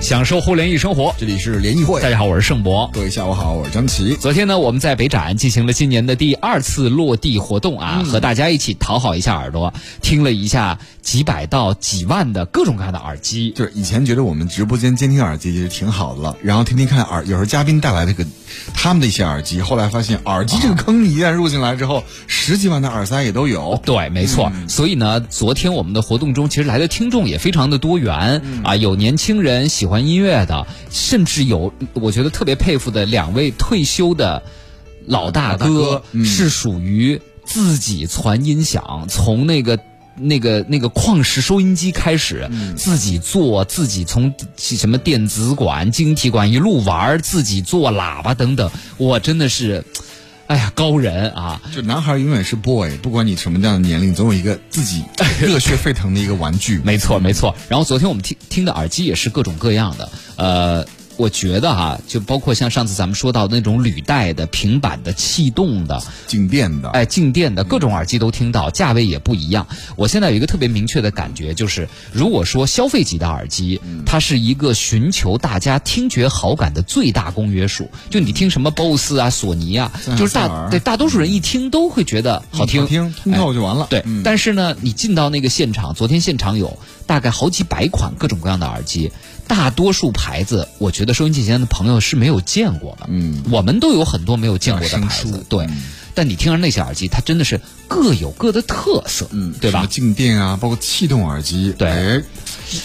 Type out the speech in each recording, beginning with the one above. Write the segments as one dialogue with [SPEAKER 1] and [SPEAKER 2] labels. [SPEAKER 1] 享受互联易生活。
[SPEAKER 2] 这里是联谊会
[SPEAKER 1] 大，家好，我是盛博。
[SPEAKER 2] 各位下午好，我是张琪。
[SPEAKER 1] 昨天呢，我们在北展进行了今年的第二次落地活动啊，和大家一起讨好一下耳朵，听了一下几百到几万的各种各样的耳机。
[SPEAKER 2] 就是以前觉得我们直播间监听耳机其实挺好的了，然后天天看耳，有时候嘉宾带来这个他们的一些耳机，后来发现耳机这个坑你一旦入进来之后，十几万的耳塞也都有。嗯
[SPEAKER 1] 对，没错。所以呢，昨天我们的活动中，其实来的听众也非常的多元、
[SPEAKER 2] 嗯
[SPEAKER 1] 啊，有年轻人喜欢音乐的，甚至有我觉得特别佩服的两位退休的老大哥，
[SPEAKER 2] 老大哥嗯
[SPEAKER 1] 是属于自己传音响，从那个。那个那个矿石收音机开始，
[SPEAKER 2] 嗯
[SPEAKER 1] 自己做，自己从什么电子管、晶体管一路玩儿，自己做喇叭等等，我真的是，哎呀，高人啊！
[SPEAKER 2] 就男孩永远是 boy，不管你什么样的年龄，总有一个自己热血沸腾的一个玩具。
[SPEAKER 1] 没错，没错。然后昨天我们听听的耳机也是各种各样的，呃。我觉得哈、就包括像上次咱们说到的那种履带的、平板的、气动的，
[SPEAKER 2] 静电的，
[SPEAKER 1] 哎，静电的各种耳机都听到，价位也不一样。我现在有一个特别明确的感觉，就是如果说消费级的耳机，它是一个寻求大家听觉好感的最大公约数。就你听什么 BOSS 啊、索尼啊
[SPEAKER 2] 塞，尔
[SPEAKER 1] 就是
[SPEAKER 2] 塞
[SPEAKER 1] 大
[SPEAKER 2] 尔
[SPEAKER 1] 对大多数人一听都会觉得嗯好听，哎
[SPEAKER 2] 好听，通透就完了。嗯
[SPEAKER 1] 对，但是呢，你进到那个现场，昨天现场有大概好几百款各种各样的耳机，大多数牌子，我觉得收音机前的朋友是没有见过的。
[SPEAKER 2] 嗯，
[SPEAKER 1] 我们都有很多没有见过的
[SPEAKER 2] 生
[SPEAKER 1] 牌
[SPEAKER 2] 疏嗯
[SPEAKER 1] 子，对。但你听着那些耳机，它真的是各有各的特色，嗯对
[SPEAKER 2] 什
[SPEAKER 1] 吧
[SPEAKER 2] 么？静电啊，包括气动耳机，
[SPEAKER 1] 对
[SPEAKER 2] 哎，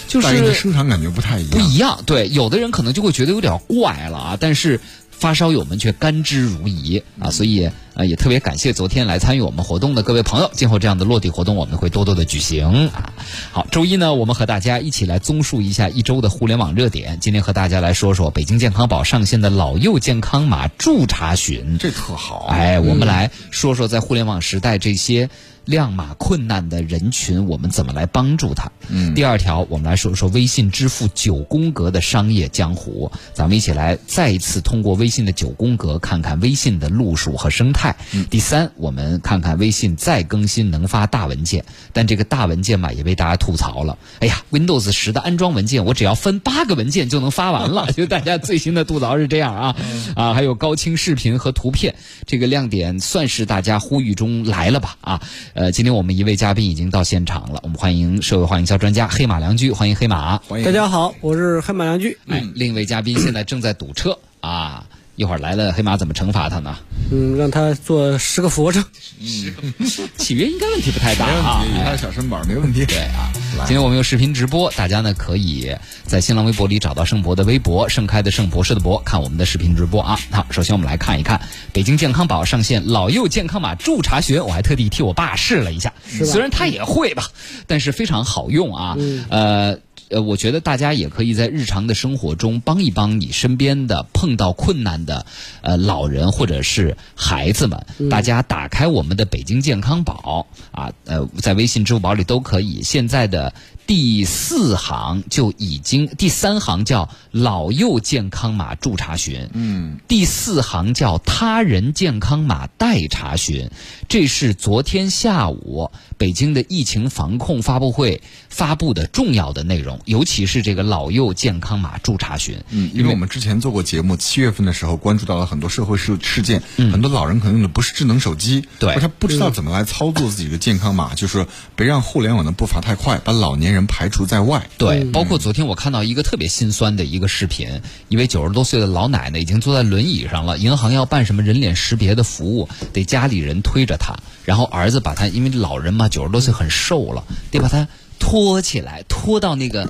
[SPEAKER 1] 就
[SPEAKER 2] 大家的
[SPEAKER 1] 是
[SPEAKER 2] 生产感觉不太一
[SPEAKER 1] 不
[SPEAKER 2] 样。
[SPEAKER 1] 一样。对，有的人可能就会觉得有点怪了啊，但是发烧友们却甘之如饴啊，所以呃也特别感谢昨天来参与我们活动的各位朋友。今后这样的落地活动我们会多多的举行啊。好，周一呢，我们和大家一起来综述一下一周的互联网热点。今天和大家来说说北京健康宝上线的老幼健康码助查询。
[SPEAKER 2] 这特好，啊嗯
[SPEAKER 1] 哎，我们来说说在互联网时代这些亮码困难的人群，我们怎么来帮助他。嗯，第二条，我们来说说微信支付九宫格的商业江湖。咱们一起来再一次通过微信的九宫格，看看微信的路数和生态。第三，我们看看微信再更新能发大文件，但这个大文件嘛也被大家吐槽了。哎呀，Windows 十的安装文件，我只要分八个文件就能发完 了，就大家最新的吐槽是这样啊啊，还有高清视频和图片，这个亮点算是大家呼吁中来了吧啊。呃，今天我们一位嘉宾已经到现场了，我们欢迎社会化营销专家黑马良驹，欢迎黑马。
[SPEAKER 2] 欢迎
[SPEAKER 3] 大家好，我是黑马良驹。
[SPEAKER 1] 哎，另一位嘉宾现在正在堵车啊，一会儿来了黑马怎么惩罚他呢？
[SPEAKER 3] 嗯，让他做十个俯卧撑。
[SPEAKER 1] 啊契约应该问题不太大
[SPEAKER 2] 没问
[SPEAKER 1] 啊。
[SPEAKER 2] 题，
[SPEAKER 1] 哎
[SPEAKER 2] 他的小身板没问题。
[SPEAKER 1] 对啊，
[SPEAKER 2] 来
[SPEAKER 1] 今天我们有视频直播，大家呢可以在新浪微博里找到盛博的微博，盛开的盛博士的博，看我们的视频直播啊。好，首先我们来看一看北京健康宝上线老幼健康码助查询，我还特地替我爸试了一下，
[SPEAKER 3] 是吧嗯
[SPEAKER 1] 虽然他也会吧，但是非常好用啊。呃。呃，我觉得大家也可以在日常的生活中帮一帮你身边的碰到困难的呃老人或者是孩子们，大家打开我们的北京健康宝啊，呃，在微信、支付宝里都可以。现在的第四行就已经，第三行叫老幼健康码助查询，
[SPEAKER 2] 嗯，
[SPEAKER 1] 第四行叫他人健康码代查询，这是昨天下午北京的疫情防控发布会发布的重要的内容，尤其是这个老幼健康码助查询。
[SPEAKER 2] 嗯，因为我们之前做过节目，七月份的时候关注到了很多社会事事件，很多老人可能用的不是智能手机，
[SPEAKER 1] 对
[SPEAKER 2] 或者他不知道怎么来操作自己的健康码，就是别让互联网的步伐太快，把老年人排除在外。
[SPEAKER 1] 对，包括昨天我看到一个特别心酸的一个视频，一位九十多岁的老奶奶已经坐在轮椅上了，银行要办什么人脸识别的服务，得家里人推着她，然后儿子把她，因为老人嘛，九十多岁很瘦了，得把她拖起来，拖到那个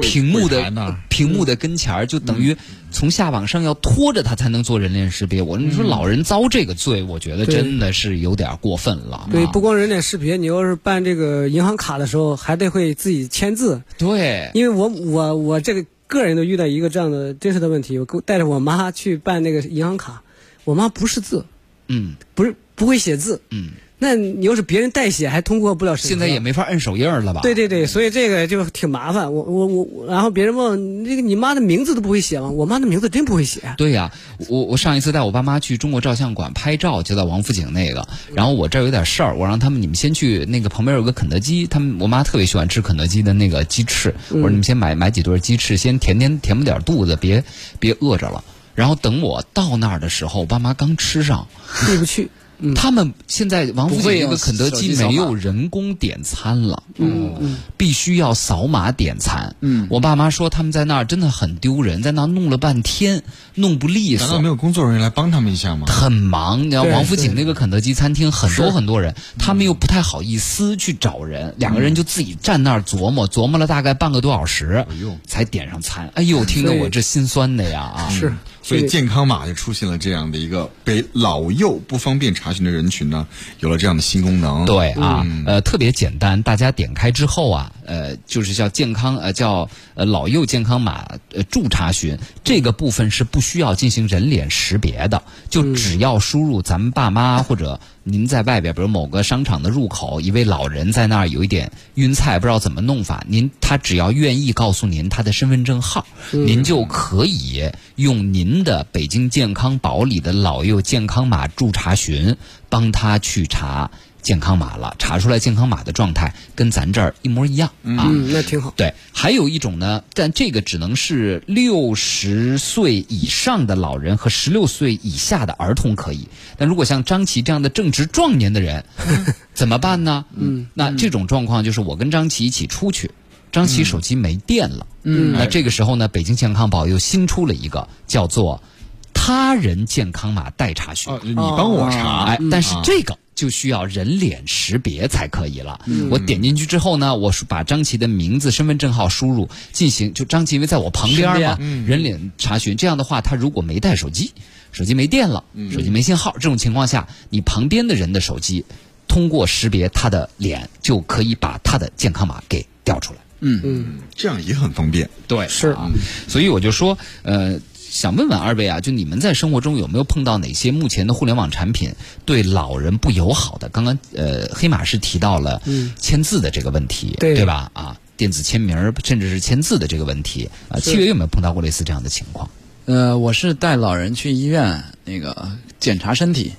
[SPEAKER 1] 屏幕
[SPEAKER 2] 柜
[SPEAKER 1] 的
[SPEAKER 2] 台那儿
[SPEAKER 1] 屏幕的跟前儿，就等于从下往上要拖着她才能做人脸识别。我你说老人遭这个罪，我觉得
[SPEAKER 3] 对
[SPEAKER 1] 真的是有点儿过分了啊。
[SPEAKER 3] 对，不光人脸识别，你要是办这个银行卡的时候，还得会自己签字。
[SPEAKER 1] 对，
[SPEAKER 3] 因为我我我这个个人都遇到一个这样的真实的问题，我跟带着我妈去办那个银行卡，我妈不识字，
[SPEAKER 1] 嗯
[SPEAKER 3] 不是不会写字，
[SPEAKER 1] 嗯，
[SPEAKER 3] 那你又是别人代写，还通过不了审核。
[SPEAKER 1] 现在也嗯没法摁手印儿了吧？
[SPEAKER 3] 对对对，所以这个就挺麻烦。我我我，然后别人问我你这个你妈的名字都不会写吗？我妈的名字真不会 写。
[SPEAKER 1] 对呀、我我上一次带我爸妈去中国照相馆拍照，就在王府井那个。然后我这儿有点事儿，我让他们你们先去那个旁边有个肯德基，他们我妈特别喜欢吃肯德基的那个鸡翅。我说你
[SPEAKER 4] 嗯
[SPEAKER 1] 们先买买几对鸡翅，先填填填补点肚子，别别饿着了。然后等我到那儿的时候，我爸妈刚吃上，
[SPEAKER 3] 对不去。嗯
[SPEAKER 1] 他们现在王府
[SPEAKER 4] 不会
[SPEAKER 1] 井那个
[SPEAKER 4] 用
[SPEAKER 1] 肯德
[SPEAKER 4] 手
[SPEAKER 1] 基
[SPEAKER 4] 机扫
[SPEAKER 1] 没
[SPEAKER 4] 码
[SPEAKER 1] 有人工点餐了，嗯，必须要扫码点餐。嗯，我爸妈说他们在那儿真的很丢人，在那儿弄了半天弄不利
[SPEAKER 2] 难道没
[SPEAKER 1] 索。
[SPEAKER 2] 有工作人员来帮他们一下吗？
[SPEAKER 1] 很忙，你知道
[SPEAKER 3] 对
[SPEAKER 1] 王府井那个肯德基餐厅很多很多人，他们又不太好意思去找
[SPEAKER 3] 嗯
[SPEAKER 1] 人，两个人就自己站那儿琢磨，琢磨了大概半个多小时
[SPEAKER 2] 哎呦，
[SPEAKER 1] 才点上餐。哎呦，听得
[SPEAKER 3] 所以
[SPEAKER 1] 我这心酸的呀啊！
[SPEAKER 3] 是，
[SPEAKER 2] 所以健康码就出现了这样的一个被老幼不方便查询的人群呢，有了这样的新功能。，
[SPEAKER 1] 对啊，呃，特别简单，大家点开之后啊，呃，就是叫健康呃叫呃老幼健康码呃助查询这个部分是不需要进行人脸识别的，就只要输入咱们爸妈或者您在外边，比如某个商场的入口，一位老人在那儿有一点晕菜，不知道怎么弄法，您他只要愿意告诉您他的身份证号，您就可以用您的北京健康宝里的老幼健康码助查询，帮他去查。健康码了，查出来健康码的状态跟咱这儿一模一样啊。
[SPEAKER 3] 嗯，那挺好。
[SPEAKER 1] 对，还有一种呢，但这个只能是六十岁以上的老人和十六岁以下的儿童可以。但如果像张琪这样的正值壮年的 人，怎么办呢？嗯，那这种状况就是我跟张琪一起出去，张琪手机没电了。
[SPEAKER 3] 嗯
[SPEAKER 1] 那这个时候呢，北京健康宝又新出了一个叫做“他人健康码代查询”
[SPEAKER 2] 哦，你帮我查，
[SPEAKER 1] 哎，但是这个就需要人脸识别才可以了。我点进去之后呢，我输把张琪的名字、身份证号输入进行，就张琪因为在我旁边嘛，人脸查询。这样的话，他如果没带手机，手机没电了，手机没信号，这种情况下，你旁边的人的手机通过识别他的脸，就可以把他的健康码给调出来。
[SPEAKER 3] 嗯
[SPEAKER 2] 这样也很方便。
[SPEAKER 1] 对，
[SPEAKER 3] 是
[SPEAKER 1] 啊，所以我就说，呃，想问问二位啊，就你们在生活中有没有碰到哪些目前的互联网产品对老人不友好的？刚刚呃，黑马是提到了
[SPEAKER 4] 嗯
[SPEAKER 1] 签字的这个问题，
[SPEAKER 3] 对
[SPEAKER 1] 对吧？啊，电子签名儿甚至是签字的这个问题啊，七月有没有碰到过类似这样的情况？
[SPEAKER 4] 呃，我是带老人去医院那个检查身体，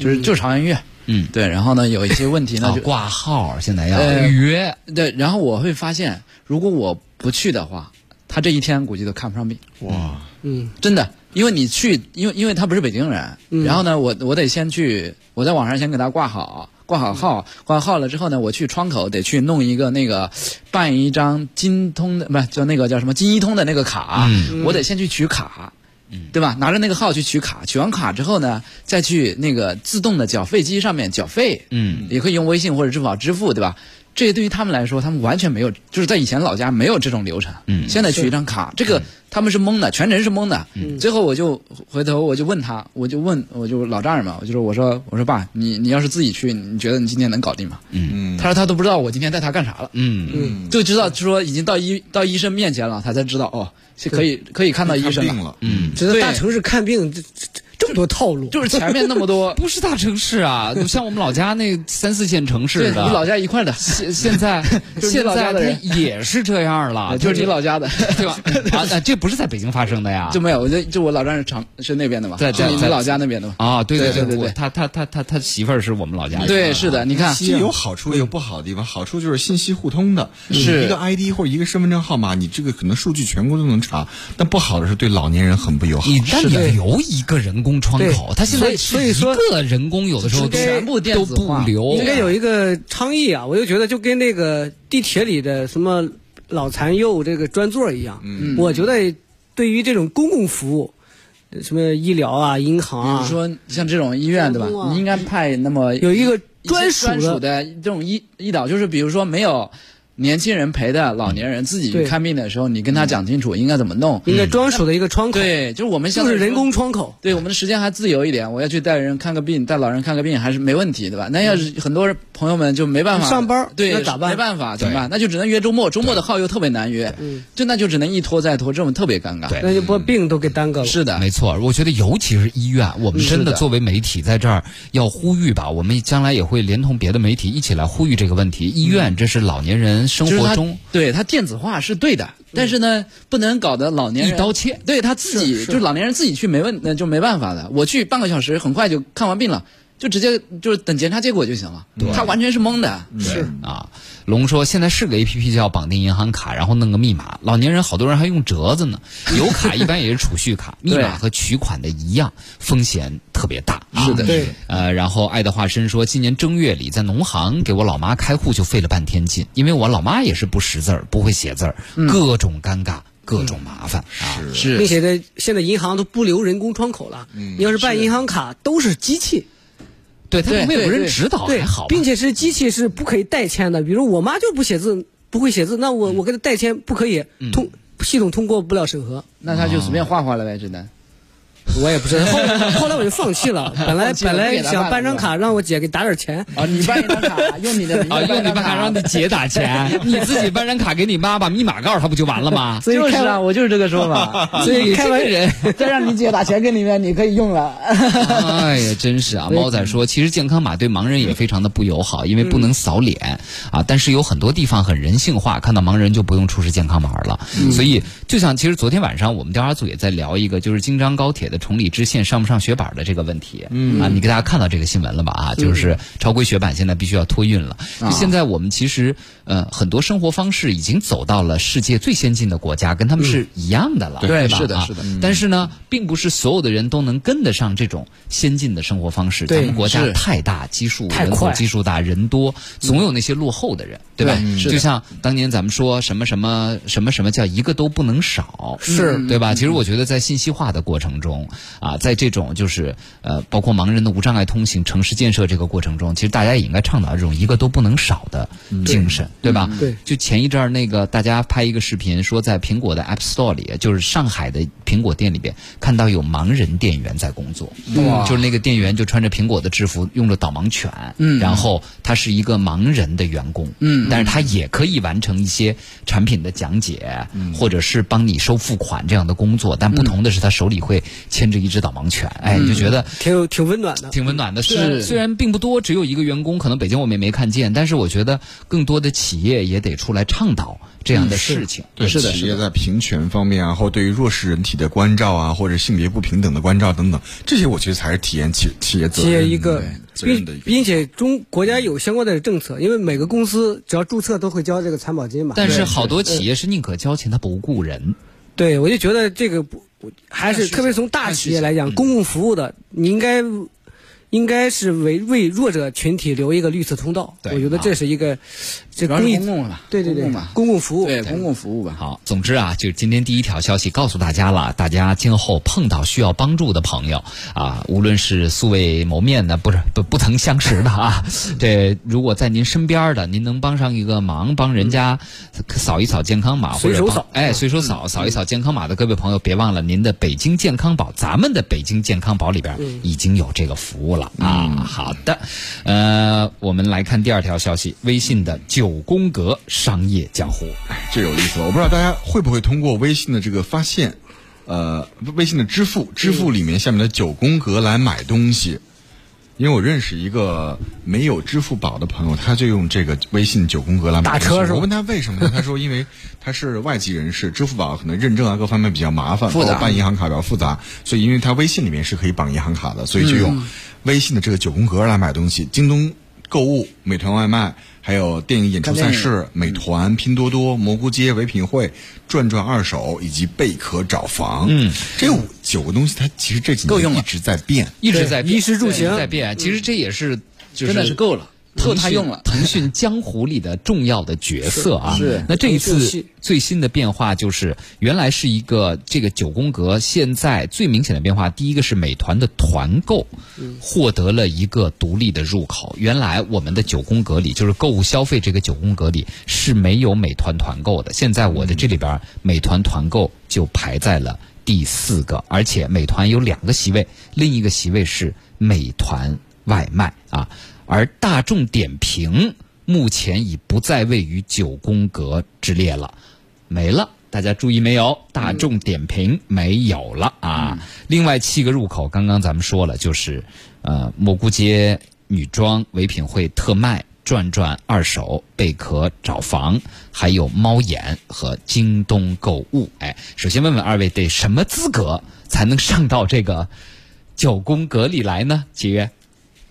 [SPEAKER 4] 就是就查完月，
[SPEAKER 1] 嗯，
[SPEAKER 4] 对，然后呢有一些问题呢
[SPEAKER 1] 啊
[SPEAKER 4] 就，
[SPEAKER 1] 挂号现在要
[SPEAKER 4] 呃
[SPEAKER 1] 预约，
[SPEAKER 4] 对，然后我会发现，如果我不去的话，他这一天估计都看不上病，
[SPEAKER 2] 哇，
[SPEAKER 3] 嗯
[SPEAKER 4] 真的，因为你去，因为因为他不是北京人，然后呢，我我得先去，我在网上先给他挂好。挂好号，挂好号了之后呢，我去窗口得去弄一个那个，办一张金通的，不是就那个叫什么金一通的那个卡，我得先去取卡，对吧？拿着那个号去取卡，取完卡之后呢，再去那个自动的缴费机上面缴费，
[SPEAKER 1] 嗯，
[SPEAKER 4] 也可以用微信或者支付宝支付，对吧？这对于他们来说，他们完全没有，就是在以前老家没有这种流程。
[SPEAKER 1] 嗯
[SPEAKER 4] 现在取一张卡，这个他们是懵的，全程是懵的。最后我就回头我就问他，我就问我就老丈人嘛，我就说我说我说爸，你你要是自己去，你觉得你今天能搞定吗？
[SPEAKER 2] 嗯，
[SPEAKER 4] 他说他都不知道我今天带他干啥了。
[SPEAKER 1] 嗯，
[SPEAKER 3] 嗯
[SPEAKER 4] 就知道说已经到医到医生面前了，他才知道哦，是可以可以看到医生
[SPEAKER 2] 病
[SPEAKER 4] 了。
[SPEAKER 2] 了，
[SPEAKER 1] 嗯。，
[SPEAKER 3] 觉得
[SPEAKER 4] 对
[SPEAKER 3] 大城市看病这这这这么多套路，
[SPEAKER 4] 就是前面那么多
[SPEAKER 1] 不是大城市 啊，像我们老家那三四线城市
[SPEAKER 4] 对，
[SPEAKER 1] 的，
[SPEAKER 4] 你老家一块的，
[SPEAKER 1] 现现在
[SPEAKER 4] 就是你
[SPEAKER 1] 现
[SPEAKER 4] 老
[SPEAKER 1] 在
[SPEAKER 4] 家
[SPEAKER 1] 它
[SPEAKER 4] 的人
[SPEAKER 1] 也啊是这样了，
[SPEAKER 4] 就是你老家的，
[SPEAKER 1] 对吧？啊，那这不是在北京发生的呀
[SPEAKER 4] 就？没有，我就就我老丈人长是那边的嘛，
[SPEAKER 1] 在
[SPEAKER 4] 就
[SPEAKER 1] 在
[SPEAKER 4] 你
[SPEAKER 1] 在
[SPEAKER 4] 们老家那边的嘛。
[SPEAKER 1] 啊，对
[SPEAKER 4] 对
[SPEAKER 1] 对
[SPEAKER 4] 对对
[SPEAKER 1] 我
[SPEAKER 4] 对
[SPEAKER 1] 他他他他他媳妇儿是我们老家的，
[SPEAKER 4] 对，是的，你看，
[SPEAKER 2] 既有好处也有不好的地方。好处就是信息互通的，
[SPEAKER 4] 是
[SPEAKER 2] 一个 ID 或者一个身份证号码，你这个可能数据全国都能查。但不好的是对老年人很不友好。
[SPEAKER 1] 你但
[SPEAKER 3] 是的
[SPEAKER 1] 你留一个人工窗口，
[SPEAKER 3] 对
[SPEAKER 1] 他现
[SPEAKER 3] 所
[SPEAKER 1] 在
[SPEAKER 3] 以所以说
[SPEAKER 1] 一个人工有的时候都
[SPEAKER 3] 应该全
[SPEAKER 4] 部电
[SPEAKER 1] 都
[SPEAKER 4] 子
[SPEAKER 1] 不
[SPEAKER 4] 化
[SPEAKER 1] 留，
[SPEAKER 3] 应该有一个倡议啊！我就觉得就跟那个地铁里的什么老残幼这个专座一样，
[SPEAKER 4] 嗯
[SPEAKER 3] 我觉得对于这种公共服务，呃什么医疗啊、银行
[SPEAKER 4] 比如
[SPEAKER 3] 啊，
[SPEAKER 4] 说像这种医院对吧
[SPEAKER 3] 中东啊？
[SPEAKER 4] 你应该派那么
[SPEAKER 3] 有一个
[SPEAKER 4] 一些
[SPEAKER 3] 专
[SPEAKER 4] 专
[SPEAKER 3] 属的
[SPEAKER 4] 属的这种医医导，就是比如说没有年轻人陪的老年人自己去
[SPEAKER 3] 对
[SPEAKER 4] 看病的时候，你跟他讲清楚应该怎么弄。
[SPEAKER 3] 应该专属的一个窗口，
[SPEAKER 4] 对，就是我们相
[SPEAKER 3] 就
[SPEAKER 4] 当于
[SPEAKER 3] 是人
[SPEAKER 4] 说
[SPEAKER 3] 工窗口。
[SPEAKER 4] 对我们的时间还自由一点，我要去带人看个病，带老人看个病还是没问题，对吧？那要是很多朋友们就没办法
[SPEAKER 3] 上班
[SPEAKER 4] 对，
[SPEAKER 3] 那咋办
[SPEAKER 4] 没办法，怎么办？那就只能约周末，周末的号又特别难约，就那就只能一拖再拖，这种特别尴尬。
[SPEAKER 1] 对
[SPEAKER 3] 那就把病都给耽搁了。
[SPEAKER 4] 是的，
[SPEAKER 1] 没错，我觉得尤其是医院，我们真
[SPEAKER 4] 是
[SPEAKER 1] 的
[SPEAKER 4] 的
[SPEAKER 1] 作为媒体在这儿要呼吁吧，我们将来也会连同别的媒体一起来呼吁这个问题。医院这是老年人生
[SPEAKER 4] 就是
[SPEAKER 1] 活
[SPEAKER 4] 它
[SPEAKER 1] 中，
[SPEAKER 4] 对它电子化是对的，但是呢，不能搞得老年人
[SPEAKER 1] 一刀切。
[SPEAKER 4] 对他自己
[SPEAKER 3] 是是
[SPEAKER 4] 就是老年人自己去没问，那就没办法的。我去半个小时，很快就看完病了，就直接就是等检查结果就行了。他完全是懵的，
[SPEAKER 2] 嗯
[SPEAKER 3] 是
[SPEAKER 1] 啊，龙说现在是个 A P P 叫绑定银行卡，然后弄个密码。老年人好多人还用折子呢，有卡一般也是储蓄卡，密码和取款的一样，风险特别大。啊
[SPEAKER 4] 是的
[SPEAKER 3] 对，
[SPEAKER 1] 呃，然后爱的化身说，今年正月里在农行给我老妈开户就费了半天劲，因为我老妈也是不识字儿，不会写字儿，各种尴尬，各种麻烦、啊。
[SPEAKER 4] 是
[SPEAKER 3] 并且呢，现在银行都不留人工窗口了，
[SPEAKER 4] 嗯
[SPEAKER 3] 你要是办银行卡都是机器，
[SPEAKER 1] 对他
[SPEAKER 4] 对
[SPEAKER 1] 没有
[SPEAKER 4] 对
[SPEAKER 1] 人
[SPEAKER 4] 对
[SPEAKER 1] 指导
[SPEAKER 3] 对
[SPEAKER 1] 还好，吧，
[SPEAKER 3] 并且是机器是不可以代签的。比如我妈就不写字，不会写字，那我我给她代签不可以，通系统通过不了审核。
[SPEAKER 4] 那他就随便画画了呗，只能。
[SPEAKER 3] 我也不知道，后来后来我就放弃了。本来
[SPEAKER 4] 放弃了
[SPEAKER 3] 本
[SPEAKER 4] 不
[SPEAKER 3] 来
[SPEAKER 4] 给她
[SPEAKER 3] 想
[SPEAKER 4] 办
[SPEAKER 3] 办张
[SPEAKER 4] 了
[SPEAKER 3] 卡，让我姐给打点钱，
[SPEAKER 4] 啊，你办一张卡，用你的名字
[SPEAKER 1] 啊，用你
[SPEAKER 4] 办
[SPEAKER 1] 办卡让你姐打钱，你自己办张卡给你妈，把密码告诉她不就完了吗？
[SPEAKER 3] 所以
[SPEAKER 4] 就是
[SPEAKER 3] 开
[SPEAKER 4] 啊，我就是这个说法。
[SPEAKER 1] 所以开完人，
[SPEAKER 4] 再让你姐把钱给你们，你可以用了。
[SPEAKER 1] 哎呀，真是啊！猫仔说，其实健康码对盲人也非常的不友
[SPEAKER 4] 嗯
[SPEAKER 1] 好，因为不能扫脸啊。但是有很多地方很人性化，看到盲人就不用出示健康码了。
[SPEAKER 4] 嗯
[SPEAKER 1] 所以，就像其实昨天晚上我们调查组也在聊一个，就是京张高铁的崇礼支线上不上雪板的这个问题。嗯啊，你给大家看到这个新闻了吧？
[SPEAKER 4] 嗯
[SPEAKER 1] 啊，就是朝规雪板现在必须要托运了。
[SPEAKER 4] 啊
[SPEAKER 1] 就现在我们其实呃很多生活方式已经走到了世界最先进的国家，跟他们是一样的了。
[SPEAKER 4] 嗯对
[SPEAKER 1] 吧
[SPEAKER 4] 是的
[SPEAKER 1] 啊
[SPEAKER 4] 是的
[SPEAKER 3] 嗯
[SPEAKER 1] 但是呢，并不是所有的人都能跟得上这种先进的生活方式。
[SPEAKER 3] 对
[SPEAKER 1] 咱们国家
[SPEAKER 4] 是
[SPEAKER 1] 太大，基数
[SPEAKER 3] 太
[SPEAKER 1] 人口
[SPEAKER 3] 快
[SPEAKER 1] 基数大，人多，总有那些落后的人，对吧？
[SPEAKER 3] 嗯
[SPEAKER 4] 对是的
[SPEAKER 1] 就像当年咱们说什么什么什么什么叫一个都不能少，
[SPEAKER 3] 是嗯
[SPEAKER 1] 对吧？其实我觉得在信息化的过程中啊，在这种就是呃，包括盲人的无障碍通行、城市建设这个过程中，其实大家也应该倡导这种一个都不能少的精神，对吧？
[SPEAKER 3] 嗯对
[SPEAKER 1] 就前一阵儿那个大家拍一个视频，说在苹果的 App Store 里，就是上海的苹果店里边，看到有盲人店员在工作，
[SPEAKER 3] 嗯
[SPEAKER 4] 哇
[SPEAKER 1] 嗯就是那个店员就穿着苹果的制服，用着导盲犬，
[SPEAKER 4] 嗯
[SPEAKER 1] 然后他是一个盲人的员工，
[SPEAKER 4] 嗯
[SPEAKER 1] 但是他也可以完成一些产品的讲解，
[SPEAKER 4] 嗯
[SPEAKER 1] 或者是帮你收付款这样的工作，但不同的是他手里会牵着一只导盲犬，哎，
[SPEAKER 4] 嗯
[SPEAKER 1] 你就觉得。
[SPEAKER 3] 挺有挺温暖的。
[SPEAKER 1] 挺温暖的。虽然虽然并不多，只有一个员工，可能北京我们也没看见，但是我觉得更多的企业也得出来倡导这样的事情。
[SPEAKER 2] 对
[SPEAKER 4] 嗯是的
[SPEAKER 2] 企
[SPEAKER 4] 是
[SPEAKER 2] 业在平权方面啊，或对于弱势人体的关照啊，或者性别不平等的关照等等，这些我觉得才是体现企企业责
[SPEAKER 3] 企
[SPEAKER 2] 任
[SPEAKER 3] 业一个
[SPEAKER 2] 对责任的一
[SPEAKER 3] 并
[SPEAKER 2] 个。
[SPEAKER 3] 并且中国家有相关的政策，因为每个公司只要注册都会交这个残保金嘛。
[SPEAKER 1] 但是好多企业是宁可交钱，他不顾人。
[SPEAKER 3] 对，我就觉得这个不，我还是特别从大企业来讲，
[SPEAKER 4] 嗯
[SPEAKER 3] 公共服务的，你应该应该是为为弱者群体留一个绿色通道。
[SPEAKER 1] 对
[SPEAKER 3] 我觉得这是一个这
[SPEAKER 4] 啊主要
[SPEAKER 3] 公
[SPEAKER 4] 是
[SPEAKER 3] 益
[SPEAKER 4] 公，共嘛，
[SPEAKER 3] 对对对
[SPEAKER 4] 公共嘛，，
[SPEAKER 3] 公共服务。
[SPEAKER 4] 对公共服务吧。
[SPEAKER 1] 好，总之啊，就是今天第一条消息告诉大家了，大家今后碰到需要帮助的朋友啊，无论是素未谋面的，不是不不曾相识的啊， 这如果在您身边的，您能帮上一个忙，帮人家扫一扫健康码，或
[SPEAKER 3] 随
[SPEAKER 1] 者
[SPEAKER 3] 手
[SPEAKER 1] 帮
[SPEAKER 3] 扫嗯
[SPEAKER 1] 哎，随手扫扫一扫健康码的各位朋友，别忘了您的北京健康宝，咱们的北京健康宝里边
[SPEAKER 3] 嗯
[SPEAKER 1] 已经有这个服务了啊。好的，呃，我们来看第二条消息，微信的九宫格商业江湖。
[SPEAKER 2] 这有意思了。我不知道大家会不会通过微信的这个发现，呃，微信的支付，
[SPEAKER 4] 嗯
[SPEAKER 2] 支付里面下面的九宫格来买东西。因为我认识一个没有支付宝的朋友，他就用这个微信九宫格来买
[SPEAKER 3] 打
[SPEAKER 2] 东西
[SPEAKER 3] 车是吧
[SPEAKER 2] 我问他为什么呢，他说因为他是外籍人士，支付宝可能认证啊各方面比较麻烦，
[SPEAKER 4] 复杂
[SPEAKER 2] 包括办银行卡比较复杂，所以因为他微信里面是可以绑银行卡的，所以就用
[SPEAKER 4] 嗯
[SPEAKER 2] 微信的这个九宫格来买东西。京东购物、美团外卖，还有电影演出
[SPEAKER 4] 看电
[SPEAKER 2] 赛
[SPEAKER 4] 影
[SPEAKER 2] 事、美团、拼多多、蘑菇街、唯品会、转转二手以及贝壳找房。嗯，这五九个东西，它其实这几
[SPEAKER 4] 够
[SPEAKER 2] 年
[SPEAKER 4] 用了
[SPEAKER 2] 一直在变。
[SPEAKER 1] 一直在变
[SPEAKER 3] 衣食住行
[SPEAKER 1] 一直在变。其实这也是就是
[SPEAKER 4] 真的是够了。够
[SPEAKER 1] 腾
[SPEAKER 4] 他
[SPEAKER 1] 讯
[SPEAKER 4] 用了
[SPEAKER 1] 腾讯江湖里的重要的角色啊。
[SPEAKER 4] 是是
[SPEAKER 1] 那这一
[SPEAKER 3] 腾讯
[SPEAKER 1] 次
[SPEAKER 3] 系
[SPEAKER 1] 最新的变化就是，原来是一个这个九宫格，现在最明显的变化，第一个是美团的团购获得了一个独立的入口。原来我们的九宫格里，就是购物消费这个九宫格里是没有美团团购的，现在我的这里边儿美团团购就排在了。第四个，而且美团有两个席位，另一个席位是美团外卖啊。而大众点评目前已不再位于九宫格之列了，没了。大家注意没有？大众点评没有了啊！另外七个入口，刚刚咱们说了，就是呃蘑菇街女装、唯品会特卖、转转二手、贝壳找房，还有猫眼和京东购物。哎，首先问问二位，得什么资格才能上到这个九宫格里来呢？节约。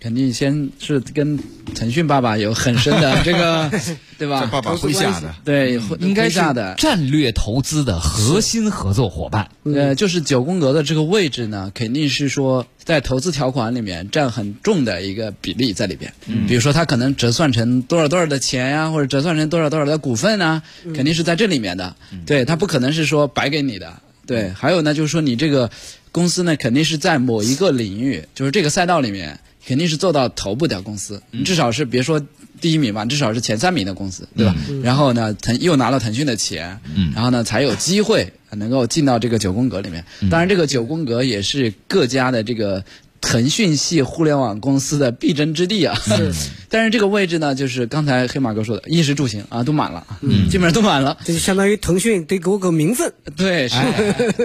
[SPEAKER 4] 肯定先是跟腾讯爸爸有很深的这 个，对吧？
[SPEAKER 2] 在爸爸麾下的，
[SPEAKER 4] 对，
[SPEAKER 1] 应该
[SPEAKER 4] 麾
[SPEAKER 1] 是
[SPEAKER 4] 下的。
[SPEAKER 1] 战略投资的核心合作伙伴。
[SPEAKER 4] 呃，就是九宫格的这个位置呢，肯定是说在投资条款里面占很重的一个比例在里边。嗯，比如说它可能折算成多少多少的钱呀、或者折算成多少多少的股份啊，肯定是在这里面的。对，它不可能是说白给你的。对，还有呢，就是说你这个公司呢，肯定是在某一个领域，就是这个赛道里面，肯定是做到头部的公司，至少是别说第一名吧，至少是前三名的公司，对吧？然后呢，腾又拿了腾讯的钱，然后呢才有机会呃能够进到这个九宫格里面。当然，这个九宫格也是各家的这个。腾讯系互联网公司的必争之地啊， 但是这个位置呢，就是刚才黑马哥说的，衣食住行啊都满了，嗯，基本上都满了，
[SPEAKER 3] 这就相当于腾讯得给我个名分，
[SPEAKER 4] 哎对，是，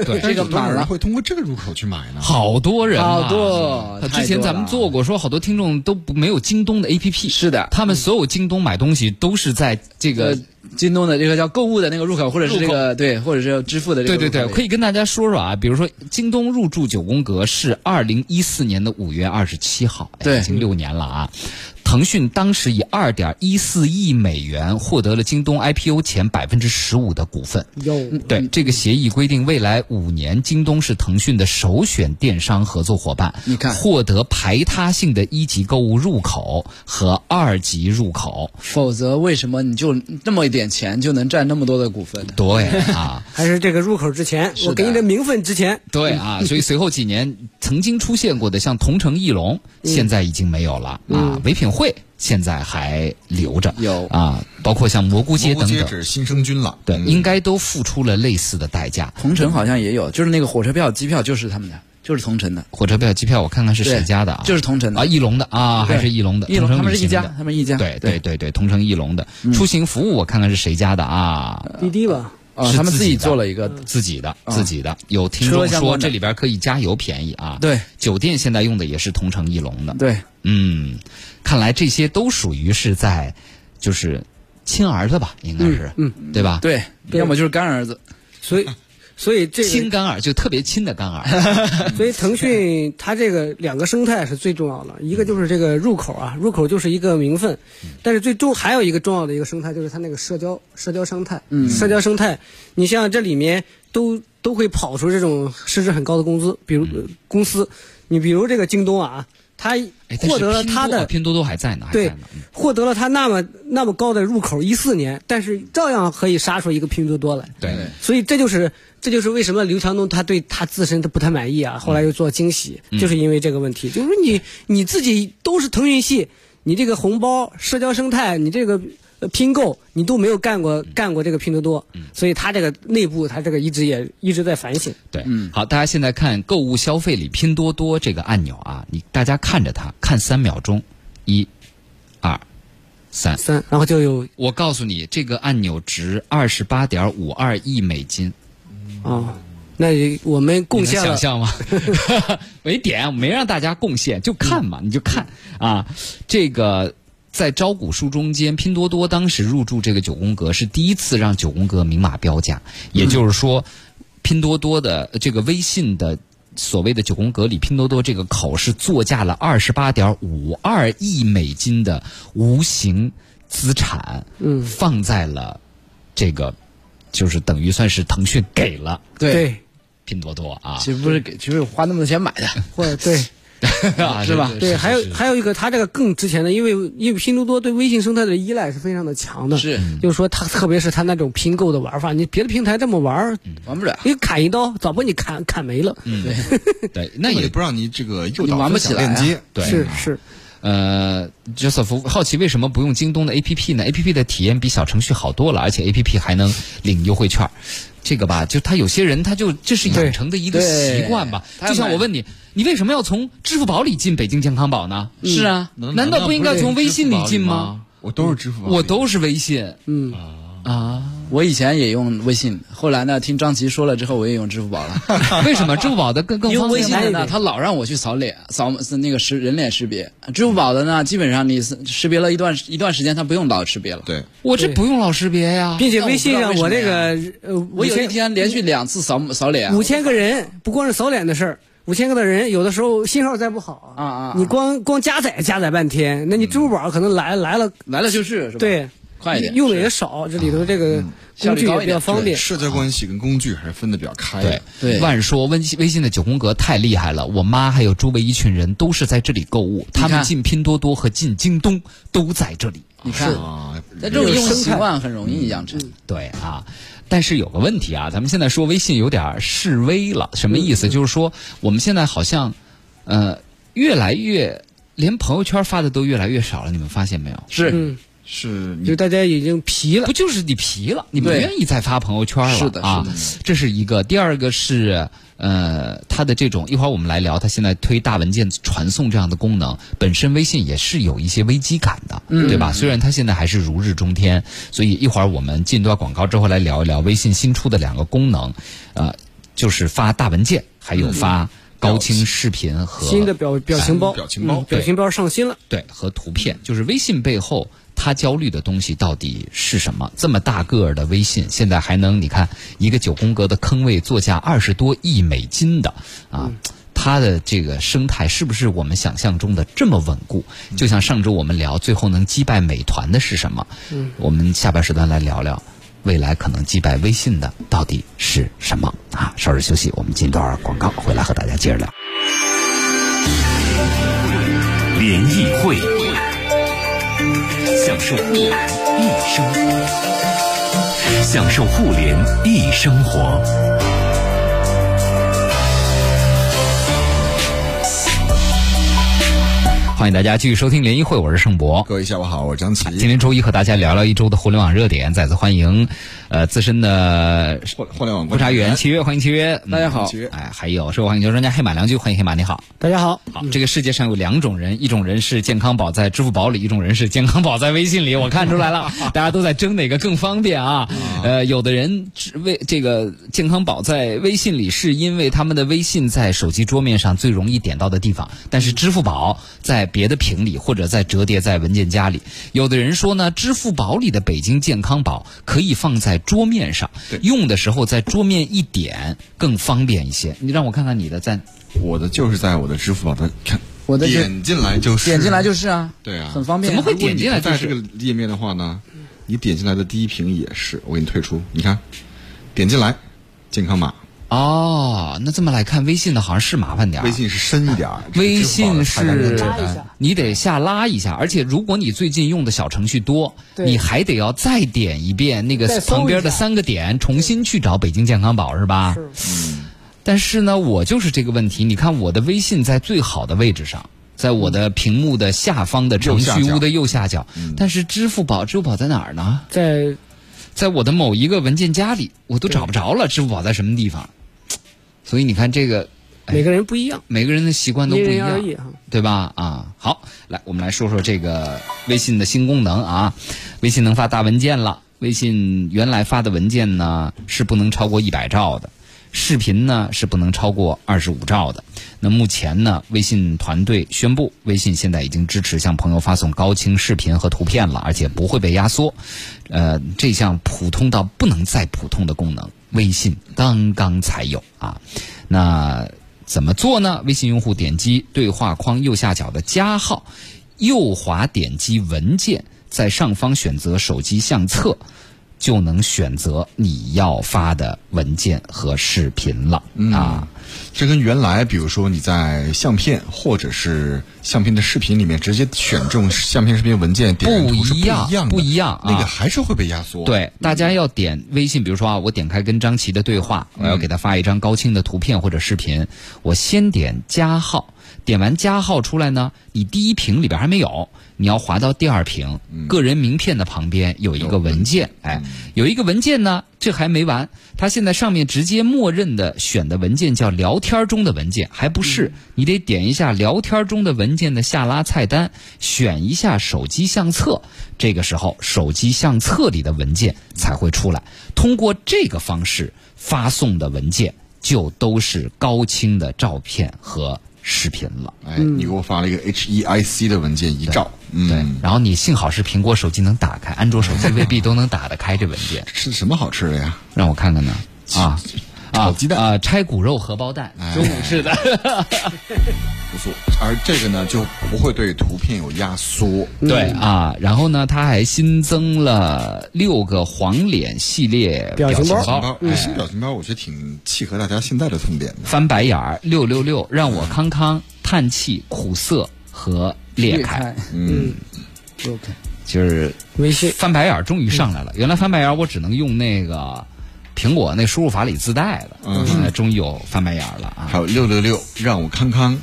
[SPEAKER 2] 对，
[SPEAKER 4] 这个
[SPEAKER 2] 多少
[SPEAKER 4] 满
[SPEAKER 2] 人
[SPEAKER 4] 了，
[SPEAKER 2] 会通过这个入口去买呢？
[SPEAKER 1] 好多人、啊，
[SPEAKER 4] 好多
[SPEAKER 1] 他
[SPEAKER 4] 太
[SPEAKER 1] 之前
[SPEAKER 4] 多
[SPEAKER 1] 咱们
[SPEAKER 4] 了
[SPEAKER 1] 做过，说好多听众都不没有京东的 APP，
[SPEAKER 4] 是的，
[SPEAKER 1] 他们所有京东买东西都是在这
[SPEAKER 4] 这
[SPEAKER 1] 个。
[SPEAKER 4] 个京东的这个叫购物的那个入口，或者是这个对，或者是支付的这个
[SPEAKER 1] 对对对，
[SPEAKER 4] 入口
[SPEAKER 1] 可以跟大家说说啊，比如说京东入驻九宫格是二零一四年的五月二十七号，哎
[SPEAKER 4] 对
[SPEAKER 1] 已经六年了啊。腾讯当时以二点一四亿美元获得了京东 IPO 前百分之十五的股份，
[SPEAKER 3] 有
[SPEAKER 1] 对，这个协议规定，未来五年，京东是腾讯的首选电商合作伙伴。
[SPEAKER 4] 你看
[SPEAKER 1] 获得排他性的一级购物入口和二级入口。
[SPEAKER 4] 否则为什么你就那么一点钱就能占那么多的股份呢？
[SPEAKER 1] 对啊，
[SPEAKER 3] 还是这个入口之前，
[SPEAKER 4] 是的
[SPEAKER 3] 我给你的名分之前，
[SPEAKER 1] 对啊，所以随后几年曾经出现过的，像同城艺龙，现在已经没有了啊。唯品会现在还留着，
[SPEAKER 4] 有
[SPEAKER 1] 啊，包括像蘑菇街
[SPEAKER 2] 蘑
[SPEAKER 1] 等
[SPEAKER 2] 菇街
[SPEAKER 1] 等，
[SPEAKER 2] 只是新生军了，
[SPEAKER 1] 对，
[SPEAKER 2] 嗯
[SPEAKER 1] 应该都付出了类似的代价。
[SPEAKER 4] 同城好像也有，就是那个火车票、机票就是他们的，就是同城的，
[SPEAKER 1] 火车票、机票，我看看是谁
[SPEAKER 4] 对
[SPEAKER 1] 家的啊？
[SPEAKER 4] 就是同城的
[SPEAKER 1] 啊，翼龙的啊，还
[SPEAKER 4] 对
[SPEAKER 1] 是翼龙的，
[SPEAKER 4] 翼龙
[SPEAKER 1] 同城
[SPEAKER 4] 他们是
[SPEAKER 1] 旅
[SPEAKER 4] 一
[SPEAKER 1] 行
[SPEAKER 4] 家
[SPEAKER 1] 的，
[SPEAKER 4] 他们是一家，
[SPEAKER 1] 对对对对，同城翼龙的出行服务，我看看是谁家的啊？
[SPEAKER 3] 滴滴吧，
[SPEAKER 4] 哦
[SPEAKER 1] 是
[SPEAKER 4] 他们自
[SPEAKER 1] 自己
[SPEAKER 4] 己
[SPEAKER 1] 的
[SPEAKER 4] 做了一个，
[SPEAKER 1] 自己的，自己的。有听众
[SPEAKER 4] 车相
[SPEAKER 1] 说
[SPEAKER 4] 关的
[SPEAKER 1] 这里边可以加油便宜啊。，
[SPEAKER 4] 对
[SPEAKER 1] 酒店现在用的也是同城翼龙的。
[SPEAKER 4] 对，
[SPEAKER 1] 嗯，看来这些都属于是在，就是亲儿子吧，应该是，
[SPEAKER 3] 嗯
[SPEAKER 1] 对吧？
[SPEAKER 4] 对，要么就是干儿子，
[SPEAKER 3] 所以所以这
[SPEAKER 1] 亲
[SPEAKER 3] 个
[SPEAKER 1] 干儿就特别亲的干儿，
[SPEAKER 3] 所以腾讯它这个两个生态是最重要的，一个就是这个入口啊，
[SPEAKER 1] 嗯
[SPEAKER 3] 入口就是一个名分，但是最重还有一个重要的一个生态就是它那个社交社交生态，
[SPEAKER 1] 嗯
[SPEAKER 3] 社交生态，你像这里面都都会跑出这种市值很高的公司，比如、呃
[SPEAKER 1] 嗯
[SPEAKER 3] 公司，你比如这个京东啊，它
[SPEAKER 1] 哎但是
[SPEAKER 3] 获得了
[SPEAKER 1] 拼
[SPEAKER 3] 它
[SPEAKER 1] 多
[SPEAKER 3] 的
[SPEAKER 1] 多拼多多还在呢，还在
[SPEAKER 3] 对
[SPEAKER 1] 呢。嗯，
[SPEAKER 3] 获得了它那么那么高的入口一四年，但是照样可以杀出一个拼多多来。
[SPEAKER 1] 对。
[SPEAKER 3] 所以这就是这就是为什么刘强东他对他自身他不太满意啊，后来又做惊喜，就是因为这个问题，就是你你自己都是腾讯系，你这个红包、社交生态，你这个。呃拼购你都没有干过干过这个拼多多，所以他这个内部他这个一直也一直在反省。
[SPEAKER 1] 对，好，大家现在看购物消费里拼多多这个按钮啊，你大家看着它，看三秒钟，一、二、三。
[SPEAKER 3] 三，然后就有
[SPEAKER 1] 我告诉你，这个按钮值二十八点五二亿美金，
[SPEAKER 3] 啊、那也我们贡
[SPEAKER 1] 你
[SPEAKER 3] 献
[SPEAKER 1] 能想
[SPEAKER 3] 了
[SPEAKER 1] 象 吗？没点，没让大家贡献，就看嘛，你就看啊，这个。在招股书中间，拼多多当时入驻这个九宫格是第一次让九宫格明码标价，也就是说，拼多多的这个微信的所谓的九宫格里，拼多多这个口是作价了二十八点五二亿美金的无形资产，
[SPEAKER 3] 嗯
[SPEAKER 1] 放在了这个，就是等于算是腾讯给了
[SPEAKER 4] 对，
[SPEAKER 3] 对，
[SPEAKER 1] 拼多多啊，
[SPEAKER 4] 其实不是给，其实花那么多钱买的，
[SPEAKER 3] 或者对，
[SPEAKER 1] 啊
[SPEAKER 4] 是吧
[SPEAKER 3] 对，还有还有一个，它这个更值钱的，因为因为拼多多对微信生态的依赖是非常的强的，
[SPEAKER 4] 是
[SPEAKER 1] 嗯
[SPEAKER 3] 就是说它特别是它那种拼购的玩法，你别的平台这么玩儿，
[SPEAKER 4] 玩不了。
[SPEAKER 3] 你砍一刀早把你砍砍没了，
[SPEAKER 4] 嗯
[SPEAKER 1] 对，那
[SPEAKER 2] 根本
[SPEAKER 1] 也
[SPEAKER 2] 就不让你这个诱
[SPEAKER 4] 你
[SPEAKER 2] 导
[SPEAKER 4] 玩不
[SPEAKER 2] 分享
[SPEAKER 4] 起来
[SPEAKER 2] 链
[SPEAKER 4] 啊
[SPEAKER 2] 接，
[SPEAKER 1] 对
[SPEAKER 3] 是是，
[SPEAKER 1] 呃，Joseph 好奇为什么不用京东的 APP 呢？APP 的体验比小程序好多了，而且 APP 还能领优惠券儿。这个吧，就他有些人他就这是养成的一个
[SPEAKER 4] 对
[SPEAKER 1] 习惯吧。
[SPEAKER 4] 他
[SPEAKER 1] 就像
[SPEAKER 4] 买
[SPEAKER 1] 我问你，你为什么要从支付宝里进北京健康宝呢？
[SPEAKER 4] 是啊，
[SPEAKER 2] 能
[SPEAKER 1] 难道不应该
[SPEAKER 2] 是
[SPEAKER 1] 从微信里
[SPEAKER 2] 支付宝
[SPEAKER 1] 进
[SPEAKER 2] 吗？我都是支付宝里，
[SPEAKER 1] 我都是微 信
[SPEAKER 3] 嗯，
[SPEAKER 1] 啊，
[SPEAKER 4] 我以前也用微信，后来呢，听张琪说了之后，我也用支付宝了。
[SPEAKER 1] 为什么支付宝的更更
[SPEAKER 4] 因为
[SPEAKER 1] 方
[SPEAKER 4] 微
[SPEAKER 1] 便
[SPEAKER 4] 信
[SPEAKER 1] 吗
[SPEAKER 4] 的呢，它老让我去扫脸，扫那个识人脸识别。支付宝的呢，基本上你识识别了一段一段时间，它不用老识别了。
[SPEAKER 2] 对，
[SPEAKER 1] 我这不用老识别呀。
[SPEAKER 3] 并且微信上
[SPEAKER 4] 那我
[SPEAKER 3] 我
[SPEAKER 4] 不知
[SPEAKER 3] 这
[SPEAKER 4] 道
[SPEAKER 3] 个呃，
[SPEAKER 4] 我有
[SPEAKER 3] 5000
[SPEAKER 4] 一天连续两次扫扫脸，
[SPEAKER 3] 五千个人，不光是扫脸的事儿，五千个的人，有的时候信号再不好
[SPEAKER 4] 啊啊啊
[SPEAKER 3] 你光光加载加载半天，那你支付宝可能来来了，
[SPEAKER 4] 来了嗯就是，是吧？，
[SPEAKER 3] 对，
[SPEAKER 4] 快一点啊嗯
[SPEAKER 3] 用的也少，这里头这个
[SPEAKER 4] 效
[SPEAKER 3] 工
[SPEAKER 4] 率
[SPEAKER 3] 具
[SPEAKER 4] 高
[SPEAKER 3] 也
[SPEAKER 4] 一
[SPEAKER 3] 比
[SPEAKER 4] 点
[SPEAKER 3] 较方
[SPEAKER 2] 对
[SPEAKER 3] 便。
[SPEAKER 2] 社交关系跟工具还是分得比较开的。
[SPEAKER 4] 对
[SPEAKER 1] 万说微信微信的九宫格太厉害了，我妈还有周围一群人都是在这里购物，他们进拼多多和进京东都在这里。
[SPEAKER 4] 你看，
[SPEAKER 2] 啊，
[SPEAKER 4] 但这种
[SPEAKER 3] 有
[SPEAKER 4] 用
[SPEAKER 3] 生
[SPEAKER 4] 习
[SPEAKER 3] 态嗯
[SPEAKER 4] 惯很容易养成。
[SPEAKER 1] 对啊，但是有个问题啊，咱们现在说微信有点示威了，什么意思？就是说我们现在好像，呃，越来越连朋友圈发的都越来越少了，你们发现没有？
[SPEAKER 4] 是，
[SPEAKER 3] 嗯，
[SPEAKER 2] 是
[SPEAKER 3] 就
[SPEAKER 2] 你
[SPEAKER 3] 大家已经疲了，
[SPEAKER 1] 不就是你皮了，你不
[SPEAKER 4] 对
[SPEAKER 1] 愿意再发朋友圈了
[SPEAKER 4] 是的
[SPEAKER 1] 啊
[SPEAKER 4] 是？
[SPEAKER 1] 这是一个，第二个是呃，它的这种一会儿我们来聊，它现在推大文件传送这样的功能，本身微信也是有一些危机感的，
[SPEAKER 4] 嗯
[SPEAKER 1] 对吧？虽然它现在还是如日中天，所以一会儿我们进段广告之后来聊一聊微信新出的两个功能，呃，就是发大文件，还有
[SPEAKER 4] 嗯
[SPEAKER 1] 发高清视频和
[SPEAKER 3] 新的表表情包，
[SPEAKER 2] 表情包
[SPEAKER 3] 嗯表情包上新了。
[SPEAKER 1] 对，和图片，就是微信背后他焦虑的东西到底是什么？这么大个儿的微信，现在还能你看一个九宫格的坑位作价二十多亿美金的啊。它的这个生态是不是我们想象中的这么稳固？就像上周我们聊，最后能击败美团的是什么？嗯，我们下半时段来聊聊，未来可能击败微信的到底是什么啊？稍事休息，我们进段广告，回来和大家接着聊。
[SPEAKER 5] 联谊会，享受互联易生活，享受互联易生活。
[SPEAKER 1] 欢迎大家继续收听联谊会，我是盛博，
[SPEAKER 2] 各位下午好，我是张
[SPEAKER 1] 啊今
[SPEAKER 2] 琪。
[SPEAKER 1] 天周一和大家聊聊一周的互联网热点，再次欢迎，呃，资深的
[SPEAKER 2] 互互联网
[SPEAKER 1] 观察员契约，欢迎契约，嗯
[SPEAKER 4] 大家好
[SPEAKER 2] 契约
[SPEAKER 1] 哎，还有社会环境专家黑马良驹，欢迎黑马，你好。
[SPEAKER 3] 大家好，
[SPEAKER 1] 好，这个世界上有两种人，一种人是健康宝在支付宝里，一种人是健康宝在微信里。我看出来了，大家都在争哪个更方便啊？呃，有的人只为这个健康宝在微信里，是因为他们的微信在手机桌面上最容易点到的地方，但是支付宝在别的屏里或者在折叠在文件夹里。有的人说呢，支付宝里的北京健康宝可以放在桌面上，用的时候在桌面一点更方便一些。你让我看看你的在
[SPEAKER 2] 我的就是在我的支付宝的看，
[SPEAKER 4] 我的就
[SPEAKER 2] 点进来就是
[SPEAKER 4] 点进来就是啊，
[SPEAKER 2] 对啊
[SPEAKER 4] 很方便啊。
[SPEAKER 1] 怎么会
[SPEAKER 2] 如果
[SPEAKER 1] 点
[SPEAKER 2] 你
[SPEAKER 1] 进来
[SPEAKER 2] 不在
[SPEAKER 1] 就是
[SPEAKER 2] 这个页面的话呢，嗯你点进来的第一屏也是我给你退出。你看，点进来，健康码，
[SPEAKER 1] 哦，那这么来看，微信的好像是麻烦点儿。
[SPEAKER 2] 微信是深一点儿，
[SPEAKER 1] 微
[SPEAKER 2] 这个支付宝
[SPEAKER 1] 信
[SPEAKER 2] 的大概率
[SPEAKER 1] 是啊
[SPEAKER 3] 拉一下
[SPEAKER 1] 你得下拉一下，而且如果你最近用的小程序多，
[SPEAKER 3] 对
[SPEAKER 1] 你还得要再点一遍那个
[SPEAKER 3] 再搜一下
[SPEAKER 1] 旁边的三个点，重新去找北京健康宝是吧？
[SPEAKER 3] 是
[SPEAKER 1] 但是呢，我就是这个问题。你看我的微信在最好的位置上，在我的屏幕的下方的程序屋的右下角，
[SPEAKER 3] 嗯
[SPEAKER 1] 但是支付宝，支付宝在哪儿呢？
[SPEAKER 3] 在
[SPEAKER 1] 在我的某一个文件夹里，我都找不着了，支付宝在什么地方？所以你看这个。哎
[SPEAKER 3] 每个人不一样，
[SPEAKER 1] 每个人的习惯都
[SPEAKER 3] 因
[SPEAKER 1] 不一
[SPEAKER 3] 人而
[SPEAKER 1] 样，
[SPEAKER 3] 异哈。
[SPEAKER 1] 对吧？啊，好，来，我们来说说这个微信的新功能啊，微信能发大文件了。微信原来发的文件呢是不能超过一百兆的，视频呢是不能超过二十五兆的。那目前呢，微信团队宣布，微信现在已经支持向朋友发送高清视频和图片了，而且不会被压缩。呃，这项普通到不能再普通的功能，微信刚刚才有啊。那怎么做呢？微信用户点击对话框右下角的加号，右滑点击文件，在上方选择手机相册，就能选择你要发的文件和视频了、
[SPEAKER 2] 嗯
[SPEAKER 1] 啊。
[SPEAKER 2] 这跟原来比如说你在相片或者是相片的视频里面直接选中相片视频文件点
[SPEAKER 1] 不
[SPEAKER 2] 图是
[SPEAKER 1] 一样
[SPEAKER 2] 一样的，
[SPEAKER 1] 不一样啊
[SPEAKER 2] 那个还是会被压缩。，
[SPEAKER 1] 对，大家要点微信，比如说啊，我点开跟张琪的对话，我要给他发一张高清的图片或者视频，我先点加号，点完加号出来呢，你第一屏里边还没有，你要滑到第二屏，个人名片的旁边有一个文件，哎，有一个文件呢，这还没完，它现在上面直接默认的选的文件叫聊天中的文件，还不是，你得点一下聊天中的文件的下拉菜单，选一下手机相册，这个时候手机相册里的文件才会出来。通过这个方式发送的文件就都是高清的照片和视频了。
[SPEAKER 2] 哎，你给我发了一个 HEIC 的文件一照，
[SPEAKER 1] 对
[SPEAKER 2] 嗯，，
[SPEAKER 1] 然后你幸好是苹果手机能打开，安卓手机未必都能打得开这文 件。
[SPEAKER 2] 吃什么好吃的呀？
[SPEAKER 1] 让我看看呢，啊
[SPEAKER 2] 炒鸡蛋
[SPEAKER 1] 啊，拆骨肉荷包蛋，中午吃的。
[SPEAKER 2] 不错，而这个呢就不会对图片有压缩。
[SPEAKER 3] 嗯
[SPEAKER 1] 对啊，然后呢，它还新增了六个黄脸系列
[SPEAKER 3] 表情
[SPEAKER 1] 情
[SPEAKER 3] 包
[SPEAKER 2] 表情包，这新表情包我觉得挺契合大家现在的痛点的。
[SPEAKER 1] 翻白眼儿六六六，让我康康叹气、苦涩和裂开，
[SPEAKER 4] 开，
[SPEAKER 2] 嗯，
[SPEAKER 4] OK，
[SPEAKER 1] 就是
[SPEAKER 3] 微信
[SPEAKER 1] 翻白眼儿终于上来了。
[SPEAKER 3] 嗯
[SPEAKER 1] 原来翻白眼儿我只能用那个苹果那输入法里自带的，
[SPEAKER 3] 嗯
[SPEAKER 1] 现在终于有翻白眼儿了啊！
[SPEAKER 2] 还有六六六，让我康康。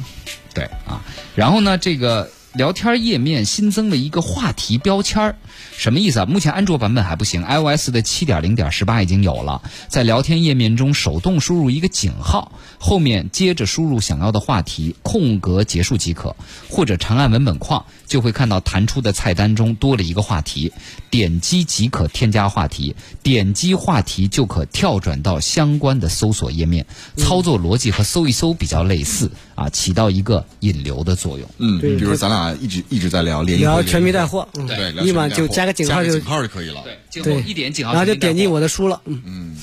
[SPEAKER 1] 对啊，然后呢，这个聊天页面新增了一个话题标签儿，什么意思啊？目前安卓版本还不行，iOS 的七点零点十八已经有了，在聊天页面中手动输入一个井号，后面接着输入想要的话题，空格结束即可，或者长按文本框就会看到弹出的菜单中多了一个话题，点击即可添加话题，点击话题就可跳转到相关的搜索页面，
[SPEAKER 3] 嗯
[SPEAKER 1] 操作逻辑和搜一搜比较类似啊，起到一个引流的作用。
[SPEAKER 2] 嗯，
[SPEAKER 3] 对
[SPEAKER 2] 比如咱俩一直一直在聊联谊会
[SPEAKER 3] 聊
[SPEAKER 2] 联谊会
[SPEAKER 3] 全民带货，嗯
[SPEAKER 2] 对，聊
[SPEAKER 3] 一
[SPEAKER 2] 全
[SPEAKER 3] 码
[SPEAKER 2] 民带
[SPEAKER 3] 就
[SPEAKER 2] 货
[SPEAKER 3] 加个井号就
[SPEAKER 2] 井号就可以了。对，
[SPEAKER 3] 对，然后就点进我的书了，嗯，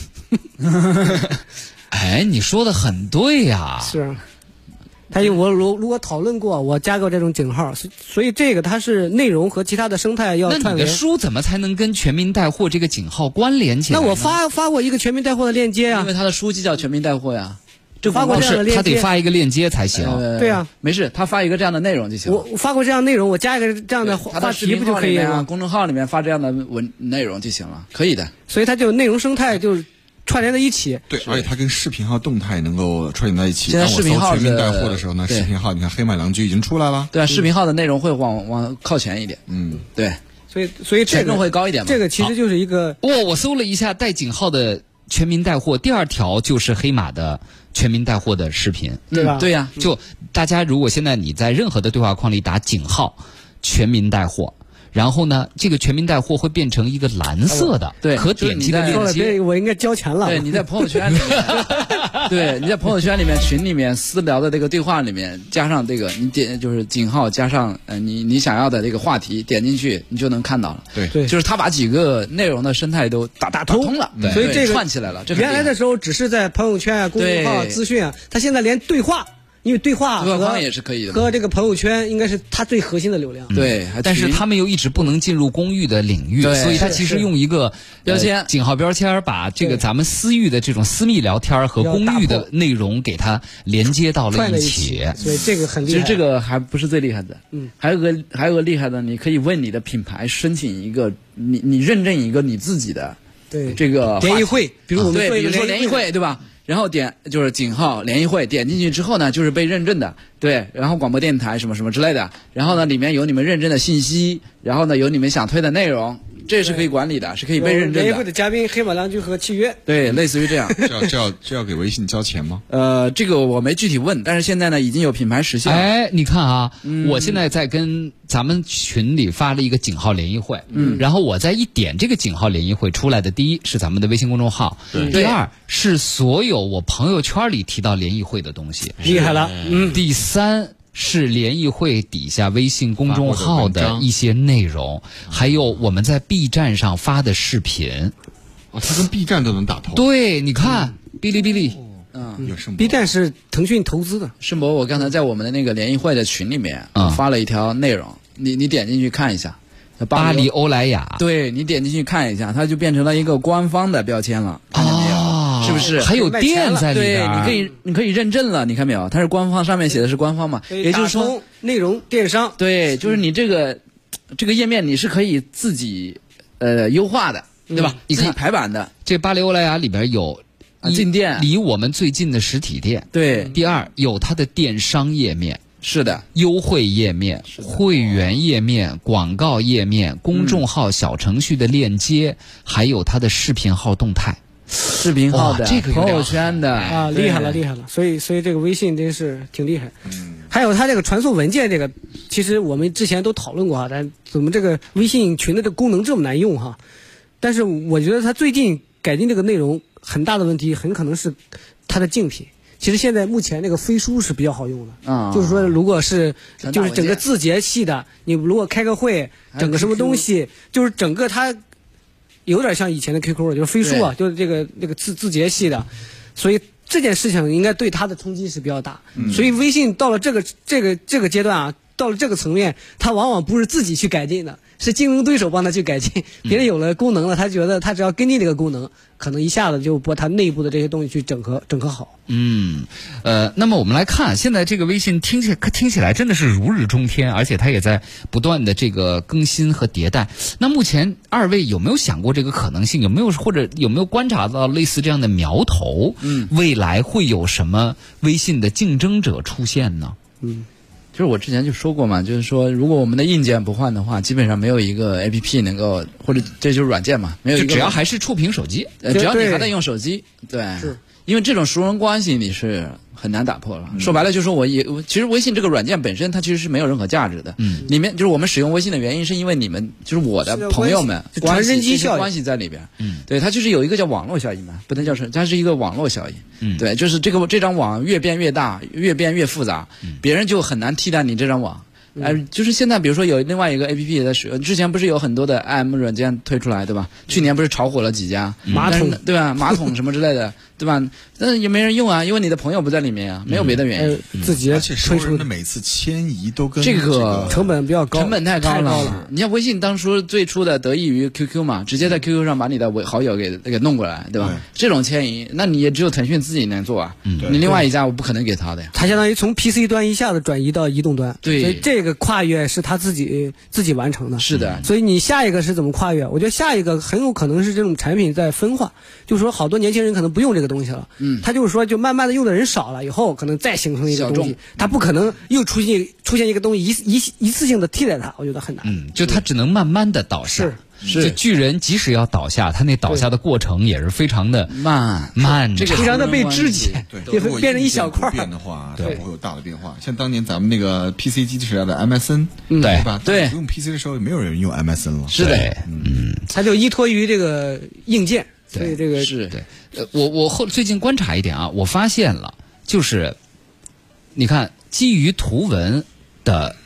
[SPEAKER 1] 哎，你说的很对呀、
[SPEAKER 3] 是。啊他因为我如如果讨论过，我加过这种井号，所以所以这个它是内容和其他的生态要
[SPEAKER 1] 那
[SPEAKER 3] 串
[SPEAKER 1] 你的
[SPEAKER 3] 联。
[SPEAKER 1] 书怎么才能跟全民带货这个井号关联起来
[SPEAKER 3] 那
[SPEAKER 1] 呢？
[SPEAKER 3] 我发发过一个全民带货的链接
[SPEAKER 4] 因
[SPEAKER 3] 啊
[SPEAKER 4] 为，他的书籍叫《全民带货》呀。这
[SPEAKER 3] 发过
[SPEAKER 1] 不
[SPEAKER 3] 这样的
[SPEAKER 1] 哦是
[SPEAKER 3] 链
[SPEAKER 1] 他得
[SPEAKER 3] 接，
[SPEAKER 1] 发一个链接才行。
[SPEAKER 4] 呃
[SPEAKER 3] 对啊，
[SPEAKER 4] 没事，他发一个这样的内容就行。
[SPEAKER 3] 我我发过这样内容，我加一个这样的
[SPEAKER 4] 他
[SPEAKER 3] 话
[SPEAKER 4] 在
[SPEAKER 3] 题
[SPEAKER 4] 视
[SPEAKER 3] 不
[SPEAKER 4] 频
[SPEAKER 3] 就
[SPEAKER 4] 号
[SPEAKER 3] 可
[SPEAKER 4] 里
[SPEAKER 3] 以
[SPEAKER 4] 面啊，
[SPEAKER 3] 了？
[SPEAKER 4] 公众号里面发这样的文内容就行了，可以的。
[SPEAKER 3] 所以它就内容生态就串联在一起。
[SPEAKER 2] 对，而且它跟视频号动态能够串联在一起。
[SPEAKER 4] 现在
[SPEAKER 2] 当我
[SPEAKER 4] 视频
[SPEAKER 2] 搜
[SPEAKER 4] 号
[SPEAKER 2] 全民
[SPEAKER 4] 的
[SPEAKER 2] 带货的时候呢，
[SPEAKER 4] 对
[SPEAKER 2] 视频号你看黑马良驹已经出来了。
[SPEAKER 4] 对啊，视
[SPEAKER 3] 嗯
[SPEAKER 4] 频号的内容会往往靠前一点，
[SPEAKER 2] 嗯，
[SPEAKER 4] 对，
[SPEAKER 3] 所以所以这
[SPEAKER 4] 权
[SPEAKER 3] 个
[SPEAKER 4] 重会高一点嘛。嗯
[SPEAKER 3] 这个其实就是一个
[SPEAKER 1] 不、我搜了一下带井号的全民带货，第二条就是黑马的全民带货的视频。
[SPEAKER 3] 对吧？
[SPEAKER 4] 对呀，
[SPEAKER 1] 就大家如果现在你在任何的对话框里打井号“全民带货”，然后呢，这个全民带货会变成一个蓝色
[SPEAKER 3] 哦
[SPEAKER 1] 的、
[SPEAKER 4] 对
[SPEAKER 1] 可点击的
[SPEAKER 4] 就是你在
[SPEAKER 3] 说
[SPEAKER 1] 链
[SPEAKER 3] 了
[SPEAKER 1] 接。
[SPEAKER 3] 这个我应该交钱 了。
[SPEAKER 4] 对，你在 朋友圈里面， 对，你在朋友圈里面、群里面、私聊的这个对话里面，加上这个你点就是井号加上呃你你想要的这个话题，点进去你就能看到了。
[SPEAKER 2] 对
[SPEAKER 3] 对
[SPEAKER 4] 就是他把几个内容的生态都打打打通了，
[SPEAKER 1] 对
[SPEAKER 4] 对
[SPEAKER 3] 所以这个
[SPEAKER 4] 串起来了。这很厉
[SPEAKER 3] 原
[SPEAKER 4] 害
[SPEAKER 3] 来的时候只是在朋友圈啊、公众号啊、
[SPEAKER 4] 对
[SPEAKER 3] 资讯啊，他现在连对话，因为对话
[SPEAKER 4] 对嗯话
[SPEAKER 3] 和
[SPEAKER 4] 框也是可以的嘛
[SPEAKER 3] 和这个朋友圈应该是它最核心的流量。
[SPEAKER 4] 对，还
[SPEAKER 1] 但是
[SPEAKER 4] 群
[SPEAKER 1] 他们又一直不能进入公域的领域，
[SPEAKER 4] 对
[SPEAKER 1] 所以他
[SPEAKER 4] 是
[SPEAKER 1] 其实
[SPEAKER 3] 是
[SPEAKER 1] 用一个
[SPEAKER 4] 标签
[SPEAKER 1] 呃井号标签儿把这个
[SPEAKER 3] 对
[SPEAKER 1] 咱们私域的这种私密聊天儿和
[SPEAKER 3] 要
[SPEAKER 1] 公
[SPEAKER 3] 打
[SPEAKER 1] 域
[SPEAKER 3] 破
[SPEAKER 1] 的内容给它连接到
[SPEAKER 3] 串
[SPEAKER 1] 了
[SPEAKER 3] 在
[SPEAKER 1] 一
[SPEAKER 3] 一
[SPEAKER 1] 起
[SPEAKER 3] 起。，所以这个很厉
[SPEAKER 4] 嗯其
[SPEAKER 3] 害。
[SPEAKER 4] 实这个还不是最厉害的，嗯，还有个还有个厉害的，你可以为你的品牌申请一个，你你认证一个你自己的
[SPEAKER 3] 对
[SPEAKER 4] 这个
[SPEAKER 3] 联谊
[SPEAKER 4] 话题啊
[SPEAKER 3] 会，比如我们
[SPEAKER 4] 对，
[SPEAKER 3] 做一
[SPEAKER 4] 比
[SPEAKER 3] 个
[SPEAKER 4] 如说
[SPEAKER 3] 联
[SPEAKER 4] 联谊会，对吧？然后点就是井号联谊会，点进去之后呢，就是被认证的，对。然后广播电台什么什么之类的，然后呢，里面有你们认证的信息，然后呢，有你们想推的内容，这是可以管理的，是可以
[SPEAKER 3] 有
[SPEAKER 4] 被认证
[SPEAKER 3] 联谊会
[SPEAKER 4] 的，
[SPEAKER 3] 的嘉宾黑马良驹和契约，
[SPEAKER 4] 对，类似于这样。
[SPEAKER 2] 这要这要这要给微信交钱吗？
[SPEAKER 4] 呃，这个我没具体问，但是现在呢，已经有品牌实现了。
[SPEAKER 1] 哎，你看啊，我现在在跟咱们群里发了一个井号联谊会，嗯，然后我再一点这个井号联谊会出来的，第一是咱们的微信公众号，第二是所有我朋友圈里提到联谊会的东西，
[SPEAKER 3] 厉害了，嗯，
[SPEAKER 1] 第三。是联谊会底下微信公众号
[SPEAKER 2] 发过
[SPEAKER 1] 的
[SPEAKER 2] 的文章
[SPEAKER 1] 一些内容，还有我们在 B 站上发的视频。
[SPEAKER 2] 哦，它跟 B 站都能打通。
[SPEAKER 1] 对，你看，哔哩哔哩，
[SPEAKER 2] 有什么
[SPEAKER 3] ，B 站是腾讯投资的，
[SPEAKER 4] 申博，我刚才在我们的那个联谊会的群里面、
[SPEAKER 1] 嗯
[SPEAKER 4] 发了一条内容，你你点进去看一下，
[SPEAKER 1] 巴黎
[SPEAKER 4] 黎
[SPEAKER 1] 欧莱雅，
[SPEAKER 4] 对你点进去看一下，它就变成了一个官方的标签了，看见没有？
[SPEAKER 1] 哦，
[SPEAKER 4] 是不是？
[SPEAKER 1] 还有
[SPEAKER 3] 卖钱
[SPEAKER 1] 店
[SPEAKER 3] 了
[SPEAKER 1] 在里
[SPEAKER 4] 对，
[SPEAKER 1] 边儿？
[SPEAKER 4] 你可以你可以认证了，你看没有？它是官方上面写的是官方嘛，也就是
[SPEAKER 3] 打
[SPEAKER 4] 说
[SPEAKER 3] 通，内容电商，
[SPEAKER 4] 对，就是你这个这个页面你是可以自己呃优化的，对吧？
[SPEAKER 1] 你看
[SPEAKER 4] 自己排版的，
[SPEAKER 1] 这巴黎欧莱雅里边有
[SPEAKER 4] 啊
[SPEAKER 1] 一
[SPEAKER 4] 进店
[SPEAKER 1] 离我们最近的实体店。
[SPEAKER 4] 对，
[SPEAKER 1] 第二，有它的电商页面、
[SPEAKER 4] 是的，
[SPEAKER 1] 优惠页面、会员页面、广告页面、公
[SPEAKER 4] 嗯
[SPEAKER 1] 众号小程序的链接，还有它的视频号动态。
[SPEAKER 4] 视频号的、
[SPEAKER 1] 哇这个有点
[SPEAKER 4] 朋友圈的
[SPEAKER 3] 啊，厉害了，厉
[SPEAKER 4] 害！
[SPEAKER 3] 害了！所以，所以这个微信真是挺厉害。
[SPEAKER 4] 嗯
[SPEAKER 3] 还有它这个传送文件，这个其实我们之前都讨论过哈，啊但怎么这个微信群的这个功能这么难用哈？但是我觉得它最近改进这个内容很大的问题，很可能是它的竞品。其实现在目前那个飞书是比较好用的，
[SPEAKER 4] 啊
[SPEAKER 3] 就是说如果是
[SPEAKER 4] 传达
[SPEAKER 3] 就
[SPEAKER 4] 文
[SPEAKER 3] 是
[SPEAKER 4] 件
[SPEAKER 3] 整个字节系的，你如果开个会，
[SPEAKER 4] 还有
[SPEAKER 3] 整个什么
[SPEAKER 4] QQ
[SPEAKER 3] 东西，就是整个它有点像以前的 QQ 了，就是飞书啊，就是这个那个字字节系的，所以这件事情应该对它的冲击是比较大。
[SPEAKER 4] 嗯
[SPEAKER 3] 所以微信到了这个这个这个阶段啊，到了这个层面，它往往不是自己去改进的，是竞争对手帮它去改进。
[SPEAKER 4] 嗯
[SPEAKER 3] 别人有了功能了，他觉得他只要跟进这个功能，可能一下子就把它内部的这些东西去整合整合好。
[SPEAKER 1] 嗯，呃，那么我们来看，现在这个微信听起听起来真的是如日中天，而且它也在不断的这个更新和迭代。那目前二位有没有想过这个可能性？有没有或者有没有观察到类似这样的苗头？嗯，未来会有什么微信的竞争者出现呢？
[SPEAKER 4] 就是我之前就说过嘛，就是说如果我们的硬件不换的话，基本上没有一个 A P P 能够，或者这就是软件嘛，没有一
[SPEAKER 1] 就
[SPEAKER 4] 个
[SPEAKER 1] 只要还是触屏手机，
[SPEAKER 4] 呃，
[SPEAKER 3] 对
[SPEAKER 4] 只要你
[SPEAKER 3] 对
[SPEAKER 4] 还在用手机，对，
[SPEAKER 3] 是
[SPEAKER 4] 因为这种熟人关系你是很难打破了。
[SPEAKER 3] 嗯
[SPEAKER 4] 说白了，就是说我也我其实微信这个软件本身它其实是没有任何价值的。嗯，里面就是我们使用微信的原因是因为你们就是我
[SPEAKER 3] 是
[SPEAKER 4] 的
[SPEAKER 3] 的
[SPEAKER 4] 朋友们
[SPEAKER 3] 关系传真机
[SPEAKER 4] 这些
[SPEAKER 3] 效应
[SPEAKER 4] 关系在里边。嗯，对，它就是有一个叫网络效应嘛，不能叫传，它是一个网络效应。嗯，对，就是这个这张网越变越大，越变越复杂，别人就很难替代你这张网。哎，就是现在，比如说有另外一个 A P P 在使用，之前不是有很多的 I M 软件推出来，对吧？去年不是炒火了几家，
[SPEAKER 3] 马
[SPEAKER 4] 但是
[SPEAKER 3] 桶
[SPEAKER 4] 呢对吧？马桶什么之类的，对吧？但是也没人用啊，因为你的朋友不在里面啊，没有别的原
[SPEAKER 3] 呃
[SPEAKER 4] 因。，
[SPEAKER 3] 字节
[SPEAKER 2] 而且收
[SPEAKER 3] 推出
[SPEAKER 2] 人的
[SPEAKER 3] 的
[SPEAKER 2] 每次迁移都跟
[SPEAKER 4] 这个
[SPEAKER 2] 个
[SPEAKER 3] 成本比较高，
[SPEAKER 4] 成本太高
[SPEAKER 3] 太
[SPEAKER 4] 了，
[SPEAKER 3] 高了。
[SPEAKER 4] 你像微信当初最初的得益于 QQ 嘛，直接在 QQ 上把你的为好友给给弄过来，对吧？
[SPEAKER 2] 对
[SPEAKER 4] 这种迁移，那你也只有腾讯自己能做啊。
[SPEAKER 2] 对
[SPEAKER 4] 你另外一家我不可能给他的呀。
[SPEAKER 3] 它相当于从 PC 端一下子转移到移动端，
[SPEAKER 4] 对
[SPEAKER 3] 所以这个跨越是他自己自己完成的。
[SPEAKER 4] 是的，
[SPEAKER 3] 所以你下一个是怎么跨越？我觉得下一个很有可能是这种产品在分化，就是说好多年轻人可能不用这个东西了，嗯，他就是说就慢慢的用的人少了，以后可能再形成一个
[SPEAKER 4] 小
[SPEAKER 3] 东
[SPEAKER 4] 众
[SPEAKER 3] 西，他不可能又出现出现一个东西一次一次一次性的替代它，我觉得很
[SPEAKER 4] 啊
[SPEAKER 3] 难。
[SPEAKER 1] 嗯，就它只能慢慢的倒下。
[SPEAKER 3] 是
[SPEAKER 4] 是
[SPEAKER 1] 就巨人即使要倒下，它那倒下的过程也是非常的
[SPEAKER 4] 慢，
[SPEAKER 1] 慢
[SPEAKER 4] 这
[SPEAKER 1] 的。
[SPEAKER 4] 个
[SPEAKER 3] 非常的被肢
[SPEAKER 4] 熟人
[SPEAKER 3] 解
[SPEAKER 4] 关，
[SPEAKER 2] 对，
[SPEAKER 3] 也
[SPEAKER 2] 如果
[SPEAKER 3] 变成
[SPEAKER 2] 硬
[SPEAKER 3] 一
[SPEAKER 2] 件
[SPEAKER 3] 小
[SPEAKER 2] 不
[SPEAKER 3] 块
[SPEAKER 2] 变
[SPEAKER 3] 儿。
[SPEAKER 2] 的话，它不会有大的变化。像当年咱们那个 PC 机时代的 MSN，
[SPEAKER 3] 嗯
[SPEAKER 1] 对
[SPEAKER 2] 吧？
[SPEAKER 4] 对
[SPEAKER 2] 不用 PC 的时候，也没有人用 MSN 了。嗯
[SPEAKER 4] 是的，
[SPEAKER 3] 它就依托于这个硬件，所以这个
[SPEAKER 4] 是
[SPEAKER 1] 对，呃，我我后最近观察一点啊，我发现了，就是你看基于图文的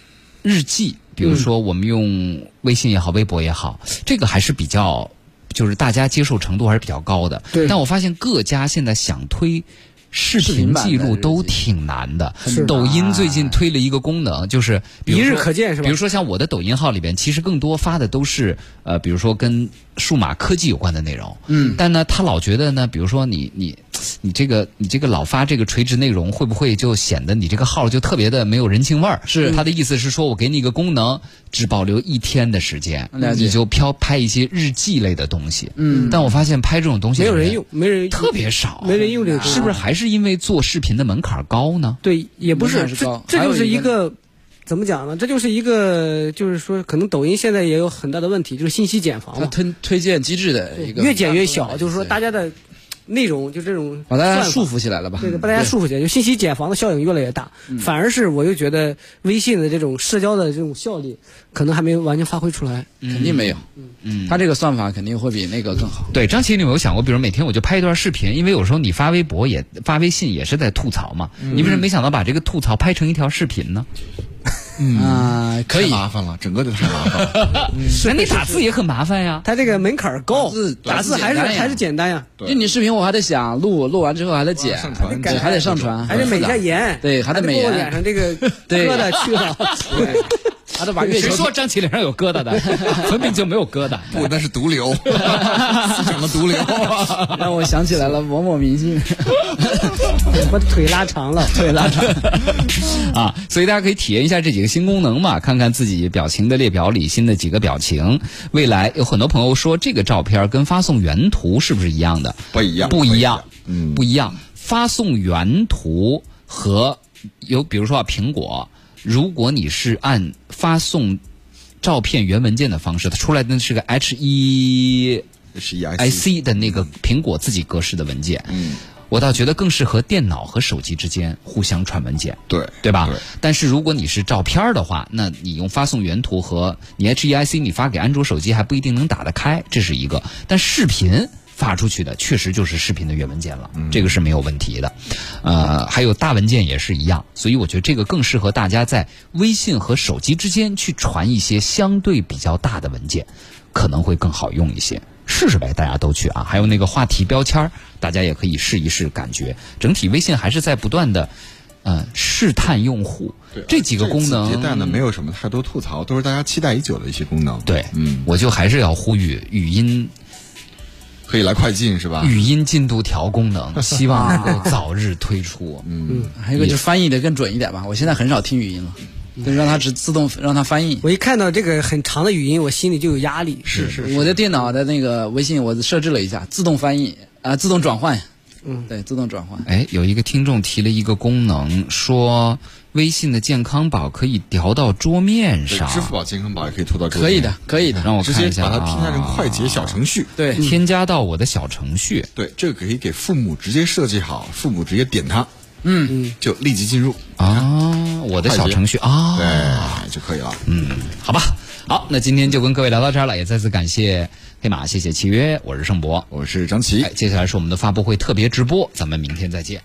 [SPEAKER 1] 日记，比
[SPEAKER 4] 嗯
[SPEAKER 1] 如说我们用微信也好，微博也好，这个还是比较就是大家接受程度还是比较高的。
[SPEAKER 3] 对
[SPEAKER 1] 但我发现各家现在想推。视
[SPEAKER 4] 视频
[SPEAKER 1] 频
[SPEAKER 4] 版的
[SPEAKER 1] 记录都
[SPEAKER 4] 日记
[SPEAKER 1] 挺难的
[SPEAKER 3] 是，
[SPEAKER 1] 抖音最近推了一个功能，就是比如
[SPEAKER 3] 一日
[SPEAKER 1] 说
[SPEAKER 3] 可见是吧
[SPEAKER 1] 比如说像我的抖音号里边，其实更多发的都是呃，比如说跟数码科技有关的内容。嗯，但呢，他老觉得呢，比如说你你你这个你这个老发这个垂直内容，会不会就显得你这个号就特别的没有人情味儿？
[SPEAKER 4] 是
[SPEAKER 1] 他的意思是说我给你一个功能，只保留一天的时间，
[SPEAKER 4] 了解
[SPEAKER 1] 你就飘拍一些日记类的东西。嗯，但我发现拍这种东西
[SPEAKER 3] 没有
[SPEAKER 1] 的
[SPEAKER 3] 人用，，没人
[SPEAKER 1] 特别少，
[SPEAKER 3] 没人用这个功能
[SPEAKER 1] 是不是还是因为做视频的门槛高呢？
[SPEAKER 3] 对，也不
[SPEAKER 4] 门
[SPEAKER 3] 是，
[SPEAKER 4] 槛是
[SPEAKER 3] 这
[SPEAKER 4] 高
[SPEAKER 3] 这
[SPEAKER 4] 还有
[SPEAKER 3] 就是
[SPEAKER 4] 一
[SPEAKER 3] 一
[SPEAKER 4] 个
[SPEAKER 3] 个怎么讲呢？这就是一个，就是说，可能抖音现在也有很大的问题，就是信息茧房
[SPEAKER 4] 它
[SPEAKER 3] 嘛，
[SPEAKER 4] 推推荐机制的一个
[SPEAKER 3] 越减越小，就是说
[SPEAKER 4] 对
[SPEAKER 3] 大家的内容就这种
[SPEAKER 4] 把大家
[SPEAKER 3] 算法
[SPEAKER 4] 束缚起来嗯了吧？
[SPEAKER 3] 对，把大家束缚起来，就信息茧房的效应越来越大。反而是我又觉得微信的这种社交的这种效力，可能还没完全发挥出来。
[SPEAKER 4] 肯定没有。嗯，它这个算法肯定会比那个更好。
[SPEAKER 1] 对，张琪，你有没有想过，比如每天我就拍一段视频，因为有时候你发微博也发微信也是在吐槽嘛，你为什么没想到把这个吐槽拍成一条视频呢？
[SPEAKER 4] 啊，可
[SPEAKER 2] 太
[SPEAKER 4] 以。
[SPEAKER 2] 麻烦了，整个就太麻烦了。
[SPEAKER 1] 那你打字也很麻烦呀。
[SPEAKER 3] 它这个门槛儿高
[SPEAKER 4] 打字，
[SPEAKER 3] 打字
[SPEAKER 4] 打
[SPEAKER 3] 还是
[SPEAKER 4] 字简单呀
[SPEAKER 3] 还是简单呀，
[SPEAKER 4] 就你视频我还得想录，录完之后还得剪，
[SPEAKER 2] 上传
[SPEAKER 4] 对嗯还得上传，
[SPEAKER 3] 还得美加
[SPEAKER 4] 颜。
[SPEAKER 3] 盐，
[SPEAKER 4] 对还得美
[SPEAKER 3] 过
[SPEAKER 4] 颜
[SPEAKER 3] 脸上这个
[SPEAKER 4] 对
[SPEAKER 3] 疙瘩去了。
[SPEAKER 4] 对他都把月球
[SPEAKER 1] 谁说张起灵上有疙瘩的？粉饼就没有疙瘩。
[SPEAKER 2] 不，那是毒瘤， 思想的毒瘤。
[SPEAKER 4] 让我想起来了某某明星，
[SPEAKER 3] 把腿拉长了。
[SPEAKER 4] 对拉长。
[SPEAKER 1] 啊，所以大家可以体验一下这几个新功能嘛，看看自己表情的列表里新的几个表情。未来有很多朋友说这个照片跟发送原图是不是一样的？
[SPEAKER 2] 不一样
[SPEAKER 1] 不一样，
[SPEAKER 2] 不一样嗯
[SPEAKER 1] 不一样。发送原图和有比如说啊，苹果，如果你是按发送照片原文件的方式，它出来的是个 H 一
[SPEAKER 2] 是 E
[SPEAKER 1] I
[SPEAKER 2] S
[SPEAKER 1] C 的那个苹果自己格式的文件，
[SPEAKER 2] 嗯，
[SPEAKER 1] 我倒觉得更适合电脑和手机之间互相传文件。
[SPEAKER 2] 对
[SPEAKER 1] 对吧？
[SPEAKER 2] 对
[SPEAKER 1] 但是如果你是照片儿的话，那你用发送原图和你 HEIC 你发给安卓手机还不一定能打得开，这是一个。但视频发出去的确实就是视频的原文件了，这个是没有问题的。呃，还有大文件也是一样，所以我觉得这个更适合大家在微信和手机之间去传一些相对比较大的文件，可能会更好用一些。试试呗，大家都去啊！还有那个话题标签儿，大家也可以试一试，感觉整体微信还是在不断的，呃，试探用户这几个功能。
[SPEAKER 2] 迭代呢，没有什么太多吐槽，都是大家期待已久的一些功能。
[SPEAKER 1] 对，
[SPEAKER 2] 嗯，
[SPEAKER 1] 我就还是要呼吁语音
[SPEAKER 2] 可以来快进是吧？
[SPEAKER 1] 语音进度条功 能，希望能够早日推出。
[SPEAKER 2] 嗯，
[SPEAKER 4] 还有一个就是翻译的更准一点吧，我现在很少听语音了，就让它只自动让它翻译。
[SPEAKER 3] 我一看到这个很长的语音，我心里就有压力。
[SPEAKER 2] 是是
[SPEAKER 4] 我的电脑的那个微信我设置了一下，自动翻译啊、自动转换。嗯，对，自动转换。
[SPEAKER 1] 哎，有一个听众提了一个功能，说微信的健康宝可以调到桌面
[SPEAKER 2] 对
[SPEAKER 1] 上，
[SPEAKER 2] 支付宝、健康宝也可以拖到桌
[SPEAKER 4] 可以
[SPEAKER 2] 面
[SPEAKER 4] 的，，可以的。
[SPEAKER 1] 让我
[SPEAKER 2] 直
[SPEAKER 1] 看
[SPEAKER 2] 接
[SPEAKER 1] 一下
[SPEAKER 2] 把它
[SPEAKER 1] 啊
[SPEAKER 2] 添加成快捷小程序。
[SPEAKER 4] 对，
[SPEAKER 1] 添加到我的小程序。
[SPEAKER 2] 对，这个可以给父母直接设计好，父母直接点它，嗯，就立即进入，
[SPEAKER 1] 啊，我的小程序啊，
[SPEAKER 2] 嗯对，就可以了。
[SPEAKER 1] 嗯，好吧，好，那今天就跟各位聊到这儿了，也再次感谢黑马，谢谢契约，我是盛博，
[SPEAKER 2] 我是张琪
[SPEAKER 1] 哎，，接下来是我们的发布会特别直播，咱们明天再见。